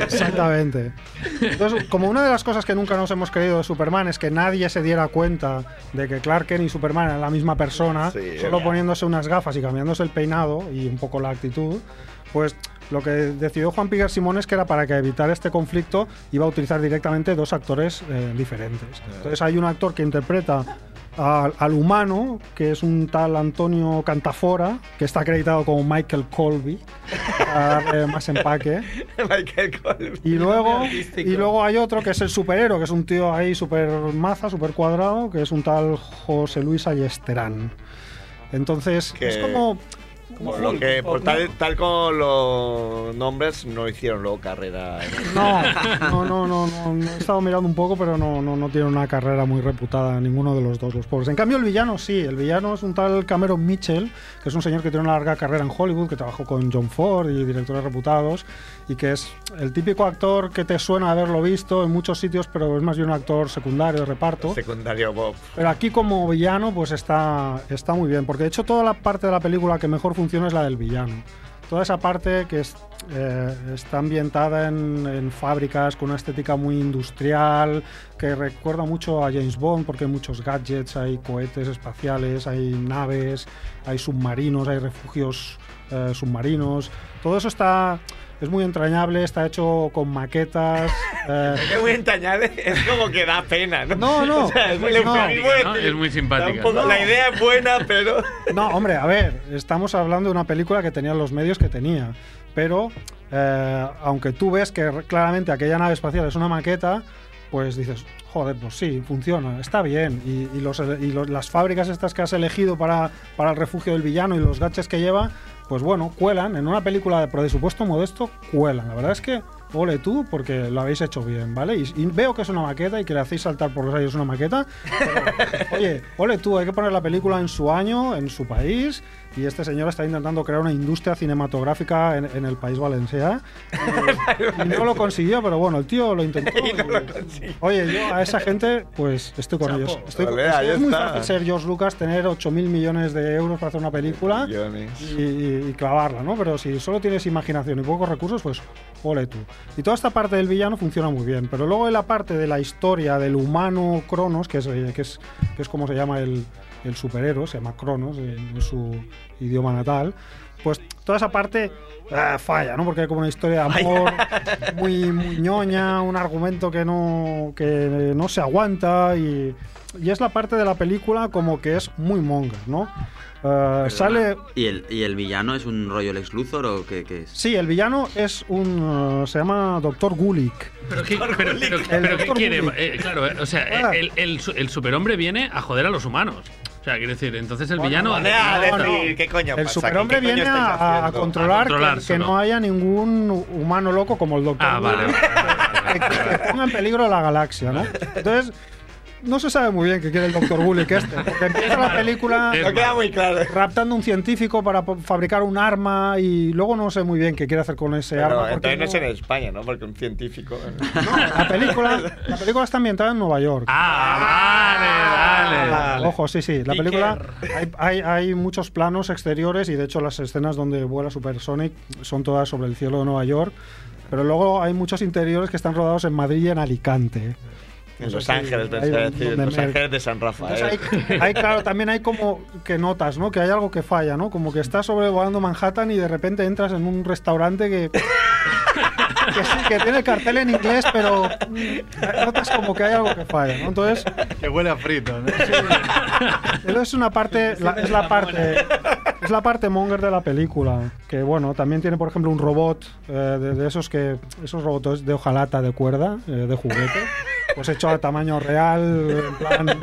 Speaker 6: Exactamente. Entonces, como una de las cosas que nunca nos hemos creído de Superman es que nadie se diera cuenta de que Clark Kent y Superman eran la misma persona, solo
Speaker 3: ya.
Speaker 6: poniéndose unas gafas y cambiándose el peinado y un poco la actitud, pues lo que decidió Juan Pigar Simón es que era para que evitar este conflicto iba a utilizar directamente dos actores eh, diferentes. Entonces hay un actor que interpreta al, al humano, que es un tal Antonio Cantafora, que está acreditado como Michael Colby, para darle más empaque.
Speaker 3: Michael Colby.
Speaker 6: Y luego,
Speaker 3: Artístico.
Speaker 6: y luego hay otro que es el superhéroe, que es un tío ahí super maza, super cuadrado, que es un tal José Luis Ayesterán. Entonces,
Speaker 3: Que-
Speaker 6: es como.
Speaker 3: Como lo que, por tal, tal como los nombres, no hicieron luego carrera.
Speaker 6: No, no, no, no, no, no, He estado mirando un poco, pero no, no, no tiene una carrera muy reputada ninguno de los dos, los pobres. En cambio, el villano sí. El villano es un tal Cameron Mitchell, que es un señor que tiene una larga carrera en Hollywood, que trabajó con John Ford y directores reputados, y que es el típico actor que te suena haberlo visto en muchos sitios, pero es más bien un actor secundario de reparto.
Speaker 3: Secundario Bob.
Speaker 6: Pero aquí como villano pues está, está muy bien, porque de hecho toda la parte de la película que mejor funciona es la del villano. Toda esa parte que es- eh, está ambientada en, en fábricas con una estética muy industrial, que recuerda mucho a James Bond, porque hay muchos gadgets, hay cohetes espaciales, hay naves, hay submarinos, hay refugios eh, submarinos. Todo eso está... Es muy entrañable, está hecho con maquetas. eh,
Speaker 3: Es muy entañable, es como que da pena, ¿no?
Speaker 6: No, no,
Speaker 3: O sea, es, muy
Speaker 6: no.
Speaker 3: simpático,
Speaker 6: ¿no?
Speaker 3: decir,
Speaker 6: Es muy simpática.
Speaker 3: tampoco-
Speaker 6: No.
Speaker 3: La idea es buena, pero.
Speaker 6: No, hombre, a ver, estamos hablando de una película que tenía los medios que tenía, pero eh, aunque tú ves que re- claramente aquella nave espacial es una maqueta, pues dices, joder, pues sí, funciona, está bien. Y, y los- y los- las fábricas estas que has elegido para, para el refugio del villano y los gaches que lleva, pues bueno, cuelan. En una película de presupuesto modesto, cuelan. La verdad es que, ole tú, porque lo habéis hecho bien, ¿vale? Y, y veo que es una maqueta y que le hacéis saltar por los aires una maqueta, Oye, ole tú, hay que poner la película en su año, en su país, y este señor está intentando crear una industria cinematográfica en, en el país valenciano. Y, y no lo consiguió, pero bueno, el tío lo intentó. Oye, yo a esa gente, pues estoy con ellos. Estoy con-
Speaker 3: Ole, ahí
Speaker 6: es muy
Speaker 3: está.
Speaker 6: fácil ser George Lucas, tener 8.000 millones de euros para hacer una película
Speaker 3: Millones.
Speaker 6: y, y- y clavarla, ¿no? Pero si solo tienes imaginación y pocos recursos, pues ole tú. Y toda esta parte del villano funciona muy bien, pero luego hay la parte de la historia del humano Cronos, que es, eh, que es, que es como se llama el, el superhéroe, se llama Cronos en, en su idioma natal, pues toda esa parte ah, falla, ¿no? Porque hay como una historia de amor muy, muy ñoña, un argumento que no, que no se aguanta y, y es la parte de la película como que es muy monga, ¿no? Eh, sale
Speaker 2: ¿Y el, ¿Y el villano es un rollo Lex Luthor o qué, qué es?
Speaker 6: Sí, el villano es un. eh, se llama Doctor Gulik.
Speaker 17: Pero, ¿qué, pero- pero-
Speaker 6: El Ah.
Speaker 17: pero ¿qué
Speaker 6: Dr.
Speaker 17: quiere?
Speaker 6: Gulick.
Speaker 17: Eh, claro, eh, o sea, eh, el, el su- el superhombre viene a joder a los humanos. O sea, quiero decir, entonces el villano.
Speaker 3: vale, a decir, ¿qué coño
Speaker 6: El superhombre viene a, a controlar, que- que, no haya ningún humano loco como el Doctor
Speaker 17: Ah,
Speaker 6: Gulick,
Speaker 17: vale.
Speaker 6: que ponga en peligro la galaxia, ¿no? Entonces. No se sabe muy bien qué quiere el Doctor Gulik este, porque empieza la película
Speaker 3: No queda muy claro.
Speaker 6: raptando un científico para po- fabricar un arma y luego no sé muy bien qué quiere hacer con ese
Speaker 3: Pero
Speaker 6: arma. porque
Speaker 3: entonces no es en España, ¿no? Porque un científico. eh.
Speaker 6: La película, la película está ambientada en Nueva York. Ah,
Speaker 17: vale,
Speaker 3: Ah, vale.
Speaker 6: Ojo, sí, sí. La
Speaker 3: Piquer.
Speaker 6: película hay, hay- hay muchos planos exteriores y de hecho las escenas donde vuela Supersonic son todas sobre el cielo de Nueva York. Pero luego hay muchos interiores que están rodados en Madrid y en Alicante.
Speaker 3: En Los
Speaker 6: Sí,
Speaker 3: Ángeles,
Speaker 6: hay
Speaker 3: pensé
Speaker 6: un
Speaker 3: decir.
Speaker 6: montón de
Speaker 3: Los
Speaker 6: merda.
Speaker 3: Ángeles de San Rafael.
Speaker 6: Hay, claro, también hay como que notas, ¿no? Que hay algo que falla, ¿no? Como que estás sobrevolando Manhattan y de repente entras en un restaurante que que sí, que tiene el cartel en inglés, pero mm, notas como que hay algo que falla, ¿no? Entonces...
Speaker 1: Que huele a frito, ¿no?
Speaker 6: Pero es una parte, la- es la parte, es la parte monger de la película. Que bueno, también tiene, por ejemplo, un robot eh, de, de esos que, esos robots de hojalata de cuerda, eh, de juguete, pues hecho a tamaño real, en plan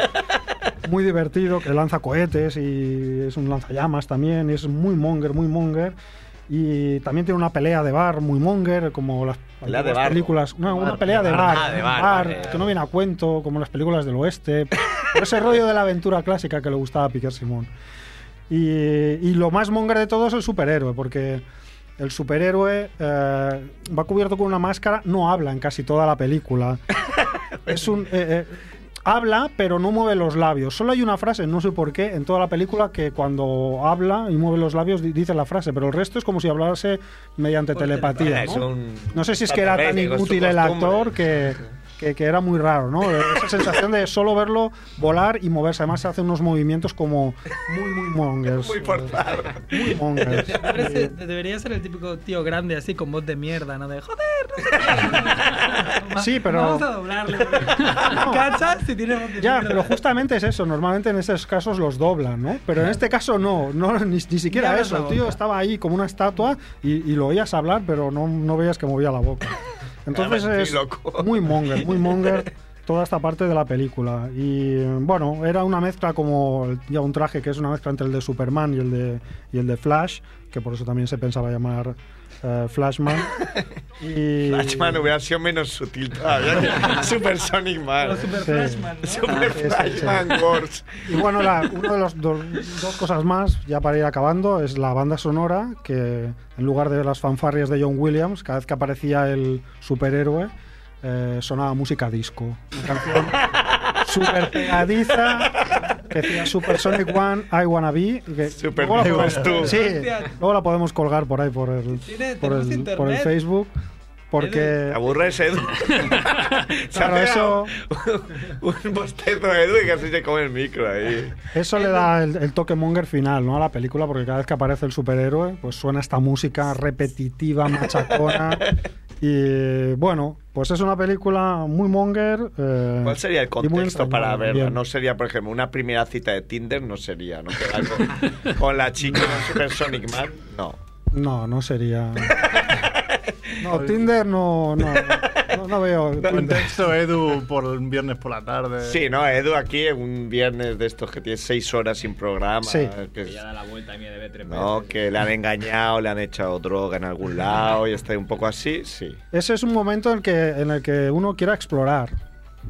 Speaker 6: muy divertido, que lanza cohetes y es un lanzallamas también, y es muy monger, muy monger. Y también tiene una pelea de bar muy monger, como las
Speaker 18: Pelea de
Speaker 6: antiguas
Speaker 18: barro.
Speaker 6: películas. No, una pelea de bar,
Speaker 18: Ah, de bar, vale, vale.
Speaker 6: que no viene a cuento, como las películas del oeste. Pero ese rollo de la aventura clásica que le gustaba a Piquer Simón. Y, Eh, y lo más monger de todo es el superhéroe, porque el superhéroe eh, va cubierto con una máscara, no habla en casi toda la película. es un. eh, eh, Habla, pero no mueve los labios. Solo hay una frase, no sé por qué, en toda la película que cuando habla y mueve los labios di- dice la frase, pero el resto es como si hablase mediante telepatía.
Speaker 3: telepatía, es
Speaker 6: ¿no?
Speaker 3: un
Speaker 6: No sé si es que era tan
Speaker 3: extraterrestre con su
Speaker 6: inútil el
Speaker 3: costumbre.
Speaker 6: actor que, que- que era muy raro, ¿no? Esa sensación de solo verlo volar y moverse. Además, se hace unos movimientos como muy, muy mongers. Muy
Speaker 18: forzado.
Speaker 6: Muy mongers.
Speaker 4: Parece- debería ser el típico tío grande así con voz de mierda, ¿no? De joder,
Speaker 6: Sí, pero.
Speaker 4: vamos a doblarle. ¿Cachas? Si tiene voz de
Speaker 6: Ya,
Speaker 4: mierda.
Speaker 6: pero justamente es eso. Normalmente en esos casos los doblan, ¿no? Pero en este caso no, no ni, ni siquiera
Speaker 4: Mira,
Speaker 6: eso.
Speaker 4: la
Speaker 6: El tío
Speaker 4: boca.
Speaker 6: estaba ahí como una estatua y, y lo oías hablar, pero no, no veías que movía la boca. Entonces
Speaker 4: Ah,
Speaker 3: Estoy
Speaker 6: es muy monger, muy monger toda esta parte de la película. Y eh, bueno, era una mezcla como el- ya un traje que es una mezcla entre el de Superman y el de, y el de Flash, que por eso también se pensaba llamar eh, Flashman. Y,
Speaker 3: Flashman hubiera sido menos sutil todavía. Super Sonic Man.
Speaker 6: Super Sí. Flashman, ¿no?
Speaker 3: Super
Speaker 6: Sí, Eh. sí, sí.
Speaker 3: Flashman Wars.
Speaker 6: Y bueno, la, una de las dos, dos cosas más, ya para ir acabando, es la banda sonora, que en lugar de las fanfarrias de John Williams, cada vez que aparecía el superhéroe, eh, sonaba música disco. Una canción súper pegadiza, que decía Super Sonic One, I Wanna Be. y Que
Speaker 3: Super
Speaker 6: luego la
Speaker 3: Disco
Speaker 6: podemos-
Speaker 3: Tú.
Speaker 6: Sí, luego la podemos colgar por ahí, por el,
Speaker 3: Tiene-
Speaker 6: por
Speaker 3: tenemos
Speaker 6: el,
Speaker 3: internet.
Speaker 6: por el Facebook. Porque.
Speaker 3: Te aburres, Edu. Se ha
Speaker 6: Claro,
Speaker 3: pegado Un bostezo de Edu y casi se come el micro ahí.
Speaker 6: Eso le da eh, el, el toque monger final ¿no? a la película, porque cada vez que aparece el superhéroe, pues suena esta música repetitiva, machacona. y bueno, pues es una película muy monger. eh,
Speaker 3: ¿Cuál sería el
Speaker 6: y muy
Speaker 3: contexto para
Speaker 6: entrañable
Speaker 3: verla?
Speaker 6: también.
Speaker 3: No sería, por ejemplo, una primera cita de Tinder, no sería, ¿no? Quedar Con, con la chica Super Sonic Man, no.
Speaker 6: No, no sería. No, Tinder no, no, no, no veo. Tinder.
Speaker 1: Contexto Edu por un viernes por la tarde.
Speaker 3: Sí, no, Edu aquí un viernes de estos que tiene seis horas sin programa.
Speaker 6: Sí.
Speaker 3: que es-
Speaker 19: da la vuelta y me debe tres
Speaker 3: no, que le han engañado, le han echado droga en algún lado y está un poco así, sí.
Speaker 6: Ese es un momento en el que, en el que uno quiera explorar.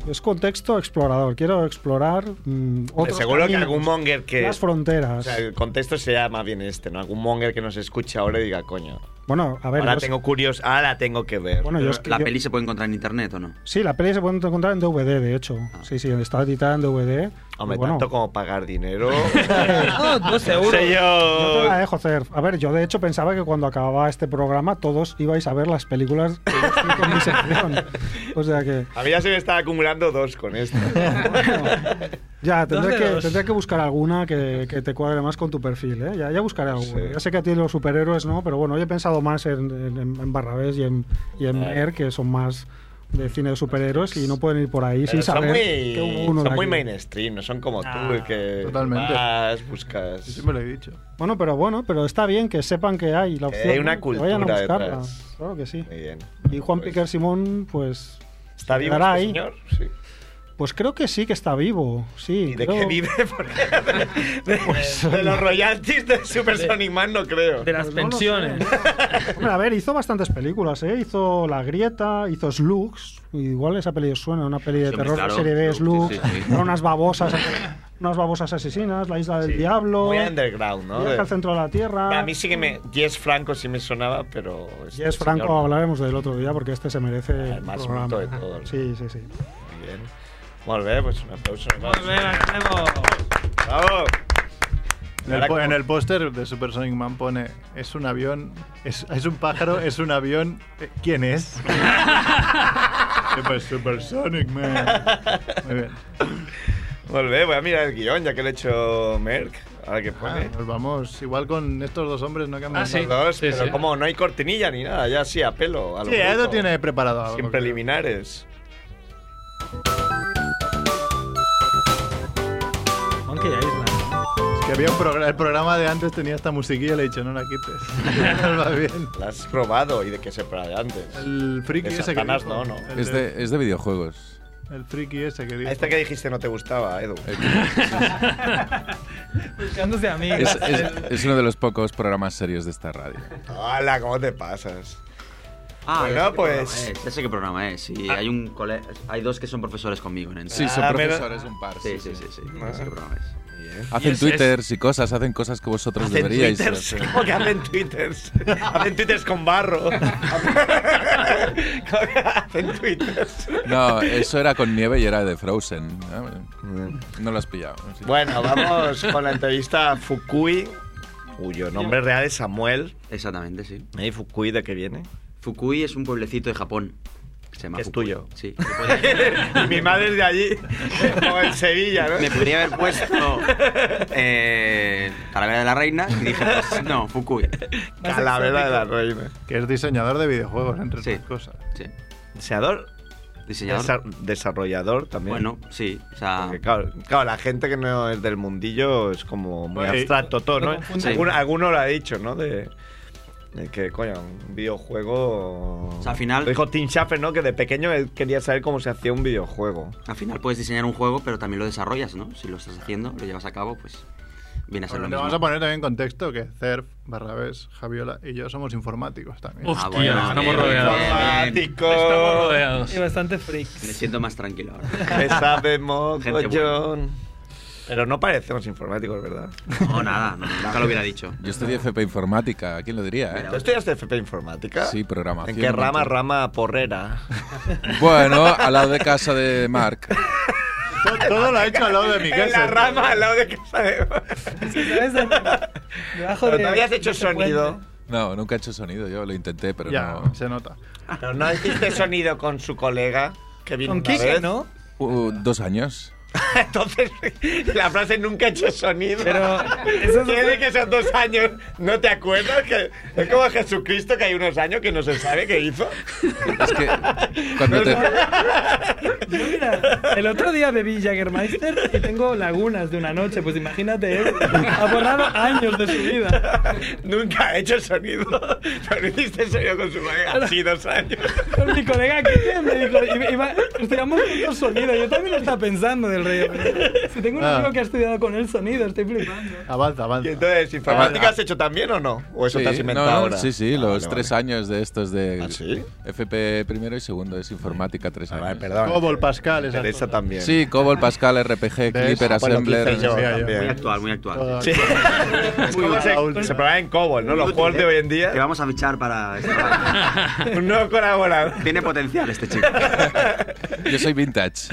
Speaker 6: Es contexto explorador. Quiero explorar mm, otros
Speaker 3: Seguro que
Speaker 6: caminos,
Speaker 3: algún monger que...
Speaker 6: las fronteras.
Speaker 3: O sea, el contexto sería más bien este, ¿no? Algún monger que nos escucha ahora y diga, coño,
Speaker 6: bueno, a ver,
Speaker 3: ahora
Speaker 6: yo-
Speaker 3: tengo curios, ahora la tengo que ver.
Speaker 6: Bueno, yo es que
Speaker 2: ¿La
Speaker 6: yo-
Speaker 2: peli se puede encontrar en internet o no?
Speaker 6: Sí, la peli se puede encontrar en DVD, de hecho. Sí, sí, está editada en DVD.
Speaker 3: Hombre,
Speaker 6: Y pues bueno,
Speaker 3: tanto como pagar dinero.
Speaker 4: No, 12 euros.
Speaker 3: Sé
Speaker 6: yo te la
Speaker 3: yo.
Speaker 6: dejo hacer. A ver, yo de hecho pensaba que cuando acababa este programa todos ibais a ver las películas que yo estoy con mi sección. O sea que
Speaker 3: A mí ya se me está acumulando dos con esto.
Speaker 6: ya, tendré
Speaker 3: Dos de
Speaker 6: que,
Speaker 3: dos.
Speaker 6: tendré que buscar alguna que, que te cuadre más con tu perfil, ¿eh? Ya, ya buscaré alguna.
Speaker 3: Sí.
Speaker 6: Ya sé que a ti los superhéroes no, pero bueno, yo he pensado más en, en, en Barrabés y en, y en
Speaker 3: Claro.
Speaker 6: Air, que son más de cine de superhéroes y no pueden ir por ahí
Speaker 3: Pero
Speaker 6: sin
Speaker 3: son
Speaker 6: saber
Speaker 3: muy,
Speaker 6: que hubo uno de
Speaker 3: son muy
Speaker 6: aquí.
Speaker 3: mainstream, no son como tú que
Speaker 6: totalmente.
Speaker 3: vas, buscas. Yo
Speaker 1: siempre lo he dicho.
Speaker 6: Bueno, pero bueno, pero está bien que sepan que hay la
Speaker 3: Que
Speaker 6: opción.
Speaker 3: hay una
Speaker 6: ¿no? Que vayan a
Speaker 3: cultura
Speaker 6: buscarla.
Speaker 3: detrás.
Speaker 6: Claro que sí.
Speaker 3: Muy bien. Pues,
Speaker 6: Y Juan Piquer Simón, pues.
Speaker 3: ¿Está vivo
Speaker 6: quedará
Speaker 3: este
Speaker 6: ahí.
Speaker 3: señor? Sí.
Speaker 6: Pues creo que sí que está vivo,
Speaker 3: ¿Y
Speaker 6: sí.
Speaker 3: de
Speaker 6: creo- Pues,
Speaker 3: qué vive? Porque de, de los royalties de Super Sonic Man no creo. De las pensiones.
Speaker 6: Hombre, a ver, hizo bastantes películas, ¿eh? Hizo La Grieta, hizo Slugs. Igual esa peli os suena, una peli
Speaker 3: Sí,
Speaker 6: de
Speaker 3: hombre,
Speaker 6: terror,
Speaker 3: claro,
Speaker 6: serie B,
Speaker 3: Slugs,
Speaker 6: Slugs.
Speaker 3: sí, sí, sí.
Speaker 6: Era unas babosas, unas babosas asesinas, La Isla del Diablo.
Speaker 3: Muy underground, ¿no?
Speaker 6: Viaje al centro de la Tierra.
Speaker 3: A mí sí que me. Jess Franco sí me sonaba, pero. este
Speaker 6: Jess Franco
Speaker 3: señor,
Speaker 6: hablaremos del otro día porque este se merece. el
Speaker 3: más
Speaker 6: programa.
Speaker 3: bruto de todo, ¿no?
Speaker 6: Sí, sí, sí.
Speaker 3: muy bien. Molt bé, pues un aplauso. Molt
Speaker 4: bé,
Speaker 3: Bravo.
Speaker 1: En el, po- en el póster de Super Sonic Man pone es un avión, es, es un pájaro, es un avión. eh, ¿Quién es? Super, Super Sonic Man. Muy bien.
Speaker 3: Molt bé, voy a mirar el guión, ya que lo he hecho Merck. Ahora
Speaker 1: Ah,
Speaker 3: que pone.
Speaker 1: Nos vamos igual con estos dos hombres, ¿no? Que han
Speaker 3: Los dos, pero como no hay cortinilla ni nada, ya sí, a pelo. A lo
Speaker 1: Sí, Edo
Speaker 3: bruto.
Speaker 1: tiene preparado algo,
Speaker 3: Sin
Speaker 1: creo.
Speaker 3: preliminares.
Speaker 1: Monkey Island. Es que había un programa, el programa de antes tenía esta musiquilla y le he dicho, no la quites. Va bien.
Speaker 3: La has robado y de qué se de antes.
Speaker 1: El friki
Speaker 3: de
Speaker 1: ese que
Speaker 3: Satanás,
Speaker 1: dijo.
Speaker 3: no, no.
Speaker 1: El
Speaker 7: Es de, es de videojuegos.
Speaker 1: El friki ese que dijo.
Speaker 3: Este que dijiste no te gustaba, Edu.
Speaker 4: Buscándose a mí.
Speaker 7: Es, es- es uno de los pocos programas serios de esta radio.
Speaker 3: Hola, ¿cómo te pasas?
Speaker 2: Ah,
Speaker 3: Bueno,
Speaker 2: ya sé qué
Speaker 3: pues-
Speaker 2: programa es, ya sé qué programa es. Y hay, un cole- hay dos que son profesores conmigo. En el-
Speaker 7: Sí, son Ah, mira. profesores, un par,
Speaker 2: Sí,
Speaker 7: sí,
Speaker 2: sí, sí.
Speaker 7: sí.
Speaker 2: sí, Ah. ya sé qué programa es.
Speaker 7: Hacen twitters y cosas, hacen cosas que vosotros
Speaker 3: Hacen
Speaker 7: Pues deberíais
Speaker 3: twitters,
Speaker 7: hacer.
Speaker 3: ¿cómo que hacen twitters? hacen twitters con barro. hacen twitters.
Speaker 7: No, eso era con nieve y era de Frozen. ¿no? No lo has pillado. sí.
Speaker 3: Bueno, vamos con la entrevista a Fukui, cuyo nombre real es Samuel.
Speaker 2: Exactamente, sí.
Speaker 3: ¿Y Fukui de qué viene?
Speaker 2: Fukui es un pueblecito de Japón. que Se llama
Speaker 3: Es
Speaker 2: Fukui.
Speaker 3: tuyo.
Speaker 2: Sí.
Speaker 3: Y Mi madre es de allí, como en Sevilla, ¿no?
Speaker 2: Me podría haber puesto eh, Calavera de la Reina y dije, pues, no, Fukui.
Speaker 3: Calavera de la Reina.
Speaker 1: Que es diseñador de videojuegos, entre
Speaker 2: Sí.
Speaker 1: otras cosas.
Speaker 2: Sí.
Speaker 3: Diseñador.
Speaker 2: Diseñador.
Speaker 3: Desa- desarrollador también.
Speaker 2: Bueno, ah. sí. O sea,
Speaker 3: Porque, claro, claro, la gente que no es del mundillo es como muy
Speaker 2: Bueno, sí.
Speaker 3: abstracto todo,
Speaker 2: Lo
Speaker 3: ¿no?
Speaker 2: confunde.
Speaker 3: Alguno, alguno lo ha dicho, ¿no? De, de que, coño, un videojuego...
Speaker 2: sea, al final-
Speaker 3: Lo dijo Tim Schafer, ¿no? Que de pequeño él quería saber cómo se hacía un videojuego.
Speaker 2: al final puedes diseñar un juego, pero también lo desarrollas, ¿no? Si lo estás haciendo, lo llevas a cabo, pues viene a ser
Speaker 1: Bueno, te
Speaker 2: lo mismo.
Speaker 1: vamos a poner también en contexto que Cerf, Barrabés, Javiola y yo somos informáticos también.
Speaker 2: Ah, bueno, bien, bien, bien.
Speaker 6: Oh.
Speaker 4: Y bastante freaks.
Speaker 2: Me siento más tranquilo ahora.
Speaker 3: Me sabe
Speaker 2: Gente
Speaker 3: mogollón. Pero no parecemos informáticos, ¿verdad?
Speaker 2: No, nada, no, nunca lo hubiera dicho.
Speaker 7: Yo estudié FP Informática, ¿quién lo diría? eh?
Speaker 3: ¿Tú estudiaste FP Informática?
Speaker 7: Sí, programación.
Speaker 3: ¿En qué rama? Rama porrera.
Speaker 7: Bueno, al lado de casa de Mark.
Speaker 1: Todo, todo lo ha hecho al lado de mi
Speaker 3: En
Speaker 1: casa.
Speaker 3: la rama, al lado de casa de...
Speaker 4: Debajo
Speaker 3: Pero
Speaker 4: de-
Speaker 3: no habías hecho
Speaker 4: de ese puente.
Speaker 3: sonido.
Speaker 7: No, nunca he hecho sonido, yo lo intenté, pero
Speaker 1: Ya,
Speaker 7: no.
Speaker 1: se nota.
Speaker 3: Pero no hiciste sonido con su colega que vino
Speaker 4: Con
Speaker 3: una
Speaker 4: Kike,
Speaker 3: vez.
Speaker 4: ¿no?
Speaker 7: Uh, dos años.
Speaker 3: Entonces, la frase nunca he hecho sonido.
Speaker 4: Pero eso
Speaker 3: Tiene que ser dos años. ¿No te acuerdas? Que es como Jesucristo que hay unos años que no se sabe qué hizo.
Speaker 7: Es que cuando te.
Speaker 4: Yo, mira, el otro día bebí Jägermeister y tengo lagunas de una noche. Pues imagínate, él ha borrado años de su vida.
Speaker 3: Nunca he hecho sonido. Pero hiciste sonido con su colega. Así dos años.
Speaker 4: Con mi colega Kike me pues, dijo, iba- iba- estudiamos juntos sonido. Yo también lo estaba pensando del rey. Si tengo un
Speaker 1: Ah.
Speaker 4: amigo que ha estudiado con él sonido, estoy flipando.
Speaker 1: Avanza, avanza.
Speaker 3: Y entonces, ¿informática has hecho también o no? ¿O eso
Speaker 7: ah. Sí,
Speaker 3: te has
Speaker 7: no,
Speaker 3: inventado
Speaker 7: no,
Speaker 3: ahora?
Speaker 7: Sí, sí,
Speaker 3: Ah,
Speaker 7: los
Speaker 3: vale,
Speaker 7: tres
Speaker 3: vale.
Speaker 7: años de estos de
Speaker 3: ¿Ah, sí? Ah,
Speaker 7: FP primero y segundo es informática, tres años.
Speaker 3: Vale, perdón.
Speaker 1: Cobol, Pascal,
Speaker 3: Me
Speaker 1: esas
Speaker 3: interesa
Speaker 1: cosas. pues
Speaker 3: también.
Speaker 7: Sí, Cobol, Pascal, RPG, Clipper,
Speaker 3: Ah, bueno,
Speaker 7: Assembler.
Speaker 3: quince yo también.
Speaker 2: Muy actual, muy actual.
Speaker 1: Todo
Speaker 3: Sí. Es como se, se programa en COBOL, ¿no? Los
Speaker 2: Útil,
Speaker 3: juegos de
Speaker 2: ¿eh?
Speaker 3: hoy en día.
Speaker 2: Te vamos a fichar para... esta-
Speaker 3: Un nuevo colaborador.
Speaker 2: Tiene potencial este chico.
Speaker 7: Yo soy vintage.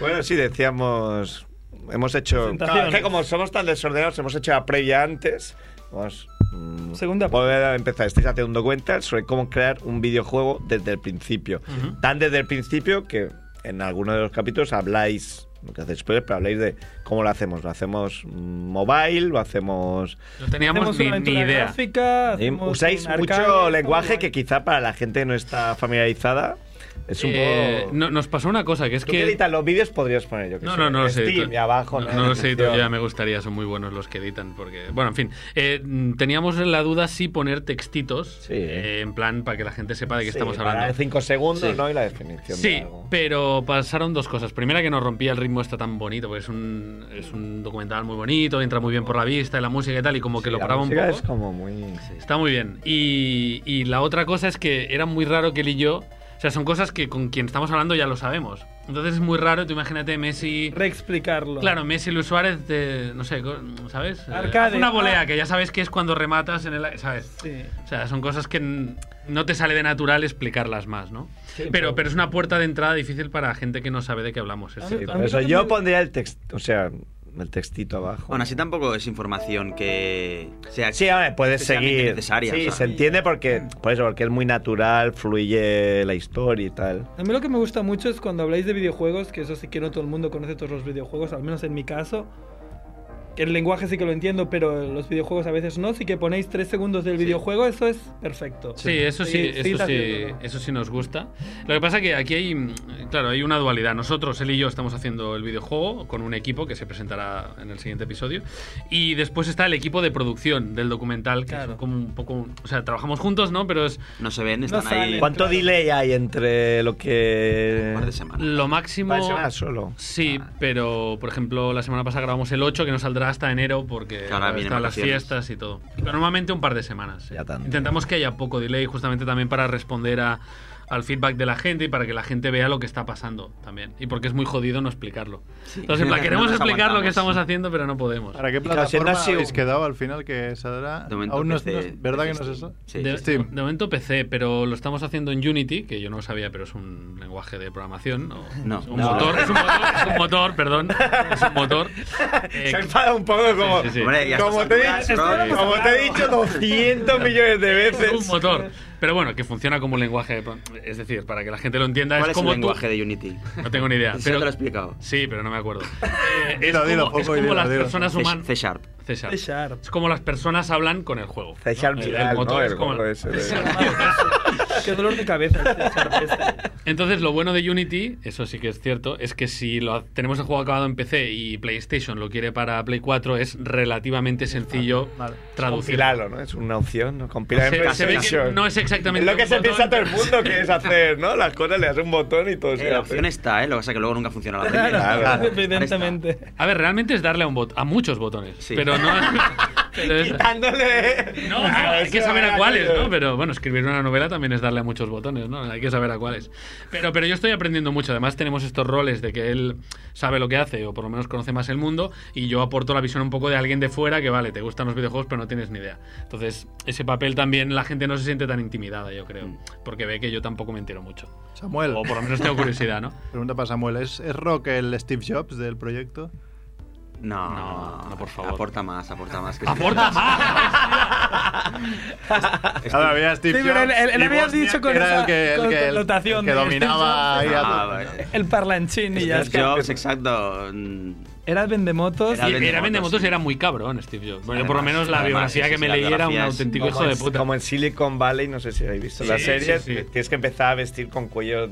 Speaker 3: Bueno, sí, decíamos. Hemos hecho.
Speaker 4: Presentación.
Speaker 3: Claro, es que como somos tan desordenados, hemos hecho la previa antes. Vamos. mm,
Speaker 4: Segunda
Speaker 3: Volver a empezar. Estáis haciendo un documental sobre cómo crear un videojuego desde el principio. Tan desde el principio que en alguno de los capítulos habláis. Lo que hacéis después, pero habláis de cómo lo hacemos. ¿Lo hacemos mm, mobile? ¿Lo hacemos.?
Speaker 6: No teníamos
Speaker 4: Hacemos una
Speaker 6: ni, ni
Speaker 4: aventura
Speaker 6: idea.
Speaker 4: gráfica,
Speaker 3: Eh,
Speaker 4: hacemos
Speaker 3: Usáis
Speaker 4: un arcade,
Speaker 3: mucho
Speaker 4: todo
Speaker 3: lenguaje
Speaker 4: guay.
Speaker 3: que quizá para la gente que no está familiarizada es un
Speaker 6: Eh,
Speaker 3: poco.
Speaker 6: no- nos pasó una cosa, que es
Speaker 3: Tú que
Speaker 6: que...
Speaker 3: editas los vídeos podrías poner yo que
Speaker 6: No,
Speaker 3: sé,
Speaker 6: no, no lo sé.
Speaker 3: Steam
Speaker 6: editar.
Speaker 3: y abajo.
Speaker 6: No,
Speaker 3: ¿no?
Speaker 6: no lo sé, editar,
Speaker 3: Descripción.
Speaker 6: ya me gustaría, son muy buenos los que editan. porque Bueno, en fin, eh, mm, teníamos la duda si poner textitos,
Speaker 3: Sí, eh.
Speaker 6: eh, en plan, para que la gente sepa de qué
Speaker 3: Sí,
Speaker 6: estamos
Speaker 3: para
Speaker 6: hablando.
Speaker 3: 5 segundos,
Speaker 6: Sí.
Speaker 3: ¿no? Y la definición. de
Speaker 6: Sí,
Speaker 3: algo.
Speaker 6: pero pasaron dos cosas. Primera, que nos rompía el ritmo, está tan bonito, porque es un, es un documental muy bonito, entra muy bien por la vista y la música y tal, y como que
Speaker 3: Sí,
Speaker 6: lo
Speaker 3: la
Speaker 6: paraba un poco.
Speaker 3: música Es como muy.
Speaker 6: Está muy bien. Y, y la otra cosa es que era muy raro que él y yo. O sea, son cosas que con quien estamos hablando ya lo sabemos. Entonces es muy raro, tú imagínate Messi.
Speaker 4: Reexplicarlo.
Speaker 6: Claro, Messi Luis Suárez, de, no sé, co- ¿sabes? Eh,
Speaker 4: Arcade.
Speaker 6: hace Una
Speaker 4: Ah.
Speaker 6: volea, que ya sabes que es cuando rematas en el. ¿Sabes?
Speaker 4: Sí.
Speaker 6: O sea, son cosas que n- no te sale de natural explicarlas más, ¿no? pero,
Speaker 4: pero-
Speaker 6: pero es una puerta de entrada difícil para gente que no sabe de qué hablamos. es
Speaker 4: Ah,
Speaker 6: cierto.
Speaker 4: A mí
Speaker 3: Por eso
Speaker 4: lo que
Speaker 3: yo
Speaker 4: me-
Speaker 3: pondría el texto. O sea, el textito abajo.
Speaker 2: Bueno, así tampoco es información que sea
Speaker 3: Sí, a ver, puedes
Speaker 2: especialmente
Speaker 3: seguir.
Speaker 2: necesaria.
Speaker 3: sí,
Speaker 2: o sea.
Speaker 3: se entiende porque, por eso, porque es muy natural, fluye la historia y tal.
Speaker 4: A mí lo que me gusta mucho es cuando habláis de videojuegos, que eso sí que no todo el mundo conoce todos los videojuegos, al menos en mi caso. el lenguaje sí que lo entiendo, pero los videojuegos a veces no. Si que ponéis tres segundos del videojuego, eso es perfecto.
Speaker 6: Sí, eso sí,
Speaker 4: Seguid- seguid
Speaker 6: eso sí,
Speaker 4: haciéndolo.
Speaker 6: eso sí nos gusta. Lo que pasa que aquí hay, mm, claro, hay una dualidad. Nosotros, él y yo, estamos haciendo el videojuego con un equipo que se presentará en el siguiente episodio. Y después está el equipo de producción del documental, que es como un poco, un- o sea, trabajamos juntos, ¿no? Pero es
Speaker 2: no se ven,
Speaker 3: están ahí. ¿Cuánto delay hay entre lo
Speaker 6: Eh,
Speaker 3: que. Un par
Speaker 2: de semanas.
Speaker 6: Lo máximo.
Speaker 3: Par de semanas solo.
Speaker 6: Sí, pero por ejemplo, la semana pasada grabamos el 8, que no saldrá hasta enero porque
Speaker 3: ahora vienen
Speaker 6: están las
Speaker 3: vacaciones.
Speaker 6: fiestas y todo. Pero normalmente un par de semanas. sí. Intentamos que haya poco delay, justamente también para responder a- al feedback de la gente y para que la gente vea lo que está pasando también. Y porque es muy jodido no explicarlo. Entonces, en plan, queremos
Speaker 1: No nos
Speaker 6: explicar lo
Speaker 1: aguantamos.
Speaker 6: que estamos haciendo, pero no podemos.
Speaker 1: ¿Para qué plataforma habéis quedado al final que saldrá?
Speaker 6: De momento
Speaker 1: Aún no es,
Speaker 6: PC,
Speaker 1: no es- ¿Verdad que no
Speaker 6: PC
Speaker 1: es
Speaker 3: este
Speaker 1: eso?
Speaker 6: de,
Speaker 1: Steam.
Speaker 6: de momento PC, pero lo estamos haciendo en Unity, que yo no lo sabía, pero es un lenguaje de programación. o-
Speaker 2: No.
Speaker 6: es un
Speaker 2: No.
Speaker 6: motor, es un motor, es un motor, perdón. Es un motor. Eh,
Speaker 3: Se ha enfadado un poco como.
Speaker 6: Sí, sí, sí.
Speaker 3: Como te, he dicho- como te he dicho 200 millones de veces.
Speaker 6: Es un
Speaker 2: eh,
Speaker 6: motor. Pero bueno, que funciona como un lenguaje. de pro- Es decir, para que la gente lo entienda,
Speaker 2: ¿Cuál
Speaker 6: es
Speaker 2: es el
Speaker 6: como. tú-
Speaker 2: lenguaje de Unity?
Speaker 6: No tengo ni idea.
Speaker 2: Sí,
Speaker 6: pero-
Speaker 2: te lo he explicado.
Speaker 6: Sí, pero no me acuerdo. Eh, es
Speaker 2: Dilo,
Speaker 6: como,
Speaker 2: dilo,
Speaker 6: es
Speaker 2: Foco,
Speaker 6: como
Speaker 2: dilo,
Speaker 6: las
Speaker 2: dilo.
Speaker 6: personas
Speaker 2: C-
Speaker 6: humanas.
Speaker 2: C sharp.
Speaker 6: C sharp.
Speaker 2: C
Speaker 6: Es como las personas hablan con el juego.
Speaker 3: C sharp
Speaker 6: El-
Speaker 3: literal,
Speaker 6: el motor
Speaker 3: ¿no?
Speaker 6: es
Speaker 3: El
Speaker 6: como-
Speaker 3: gorro ese de-
Speaker 6: Sí.
Speaker 4: Qué dolor de cabeza.
Speaker 6: Entonces, lo bueno de Unity, eso sí que es cierto, es que si lo, ha- tenemos el juego acabado en PC y PlayStation lo quiere para Play 4, es relativamente sencillo
Speaker 2: Ah,
Speaker 6: traducir.
Speaker 3: Compilarlo, ¿no? Es una opción, ¿no? Compilar en
Speaker 6: Se- se ve que
Speaker 3: PlayStation.
Speaker 6: no es exactamente
Speaker 3: Es lo
Speaker 6: un
Speaker 3: que se
Speaker 6: botón.
Speaker 3: piensa todo el mundo que es hacer, ¿no? Las cosas le das un botón y todo
Speaker 2: Eh,
Speaker 3: se
Speaker 2: la
Speaker 3: hace.
Speaker 2: opción está, ¿eh? Lo que pasa es que luego nunca funciona la
Speaker 3: Claro,
Speaker 2: primera.
Speaker 3: claro.
Speaker 4: Evidentemente.
Speaker 6: A ver, realmente es darle a, un bot a muchos botones. Pero no. pero es-
Speaker 3: Quitándole.
Speaker 6: No, hay que saber a cuáles, ¿no? Pero bueno, escribir una novela también es darle a muchos botones, ¿no? Hay que saber a cuáles. Pero, pero yo estoy aprendiendo mucho. Además, tenemos estos roles de que él sabe lo que hace, o por lo menos conoce más el mundo, y yo aporto la visión un poco de alguien de fuera que, vale, te gustan los videojuegos, pero no tienes ni idea. Entonces, ese papel también la gente no se siente tan intimidada, yo creo, porque ve que yo tampoco me entero mucho.
Speaker 1: Samuel.
Speaker 6: O por lo menos tengo curiosidad, ¿no?
Speaker 1: Pregunta para Samuel. ¿Es, ¿Es Rock el Steve Jobs del proyecto?
Speaker 2: No, no, por favor. Aporta más, aporta más. que-
Speaker 1: ¡Aporta Ahora había Steve
Speaker 4: Sí, pero él,
Speaker 1: Jobs
Speaker 4: él- él
Speaker 1: y
Speaker 4: había
Speaker 1: Bosnia,
Speaker 4: dicho con
Speaker 1: que era
Speaker 4: esa
Speaker 1: el que, el
Speaker 4: con-
Speaker 1: que- el
Speaker 4: connotación
Speaker 1: que
Speaker 4: de
Speaker 1: dominaba ahí
Speaker 4: Steve
Speaker 1: a
Speaker 4: Jobs.
Speaker 2: Ah, vale.
Speaker 4: El parlanchín y ya
Speaker 2: Steve
Speaker 4: está.
Speaker 2: Jobs, exacto. mm,
Speaker 4: Era el vendemotos.
Speaker 2: Era
Speaker 6: Y era
Speaker 2: vendemotos,
Speaker 6: vendemotos
Speaker 2: sí.
Speaker 6: y era muy cabrón Steve Jobs. Bueno, yo por lo
Speaker 2: Además,
Speaker 6: menos la
Speaker 2: además,
Speaker 6: biografía
Speaker 2: sí,
Speaker 6: que
Speaker 2: sí,
Speaker 6: me
Speaker 2: la
Speaker 6: leí era un
Speaker 2: biografía es-
Speaker 6: auténtico hijo
Speaker 3: Como
Speaker 6: de
Speaker 3: en-
Speaker 6: puta.
Speaker 3: Como en Silicon Valley, no sé si habéis visto
Speaker 6: Sí,
Speaker 3: la
Speaker 6: sí,
Speaker 3: serie,
Speaker 6: sí.
Speaker 3: tienes que empezar a vestir con cuello.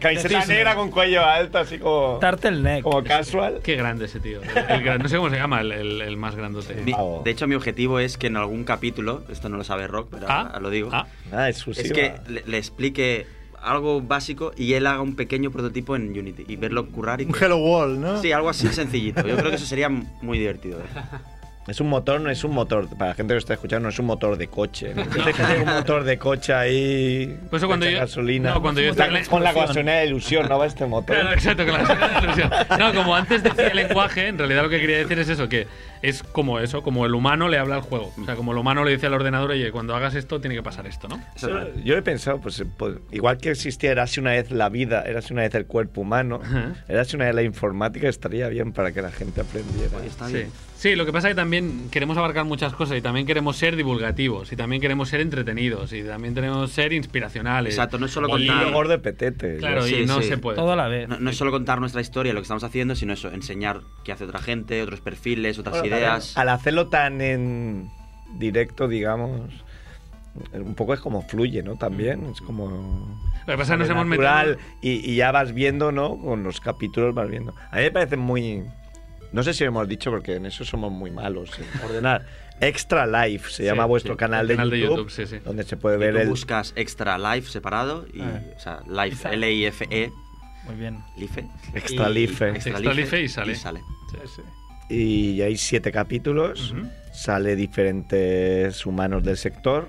Speaker 3: Camiseta
Speaker 6: cisne.
Speaker 3: negra con cuello alto, así como.
Speaker 4: Turtle neck.
Speaker 6: Oh,
Speaker 3: Como casual.
Speaker 6: Qué grande ese tío. El- el gran- no sé cómo se llama, el, el- el más grandote.
Speaker 2: Mi- de hecho, mi objetivo es que en algún capítulo, esto no lo sabe Rock, pero
Speaker 6: Ah,
Speaker 2: ahora lo digo,
Speaker 3: Ah,
Speaker 2: es
Speaker 3: exclusiva.
Speaker 2: que le, le explique algo básico y él haga un pequeño prototipo en Unity y verlo currar y...
Speaker 1: Un Hello Wall, ¿no?
Speaker 2: Sí, algo así sencillito. Yo creo que eso sería muy divertido. ¿eh?
Speaker 3: Es un motor, no es un motor. Para la gente que está escuchando, no es un motor de coche. ¿no? Deja de tener un motor de coche ahí.
Speaker 6: Pues eso cuando
Speaker 3: hecha
Speaker 6: yo-
Speaker 3: gasolina.
Speaker 6: no, cuando yo
Speaker 3: La-
Speaker 6: estaba en la
Speaker 3: con la
Speaker 6: exclusión.
Speaker 3: gasolina de ilusión, ¿no? Va este motor.
Speaker 6: Claro, exacto, con la ilusión. No, como antes decía el lenguaje, en realidad lo que quería decir es eso, que es como eso, como el humano le habla al juego. O sea, como el humano le dice al ordenador, oye, cuando hagas esto tiene que pasar esto, ¿no?
Speaker 3: Yo- Yo he pensado, pues, pues, igual que existía Érase una vez la vida, Érase una vez el cuerpo humano, Érase una vez la informática, estaría bien para que la gente aprendiera.
Speaker 6: Sí. Sí, lo que pasa es que también queremos abarcar muchas cosas y también queremos ser divulgativos y también queremos ser entretenidos y también tenemos ser inspiracionales.
Speaker 2: Exacto, no es solo
Speaker 6: Y-
Speaker 2: contar...
Speaker 3: gordo de petete.
Speaker 6: Claro, y no se puede. Todo a la vez.
Speaker 2: No, no es solo contar nuestra historia, lo que estamos haciendo, sino eso, enseñar qué hace otra gente, otros perfiles, otras
Speaker 3: Bueno,
Speaker 2: ideas.
Speaker 3: Al hacerlo tan en directo, digamos, un poco es como fluye, ¿no? También es como...
Speaker 6: Lo que pasa es que nos hemos
Speaker 3: natural Y, y ya vas viendo, ¿no? Con los capítulos vas viendo. A mí me parece muy... No sé si lo hemos dicho porque en eso somos muy malos. en Ordenar. Extra Life se
Speaker 2: Sí,
Speaker 3: llama vuestro
Speaker 2: sí,
Speaker 3: canal,
Speaker 2: el
Speaker 3: de,
Speaker 2: canal de
Speaker 3: YouTube,
Speaker 2: YouTube, sí, sí.
Speaker 3: Donde se puede
Speaker 2: Y
Speaker 3: ver
Speaker 2: tú
Speaker 3: el...
Speaker 2: buscas extra life separado y
Speaker 3: Ah.
Speaker 2: o sea, life
Speaker 3: Esa-
Speaker 2: L I F E
Speaker 4: Muy bien.
Speaker 2: life
Speaker 3: Extra
Speaker 2: y-
Speaker 3: Life.
Speaker 2: extra,
Speaker 6: Extra
Speaker 2: life
Speaker 6: Life y sale.
Speaker 3: y hay siete capítulos. Sale diferentes humanos del sector.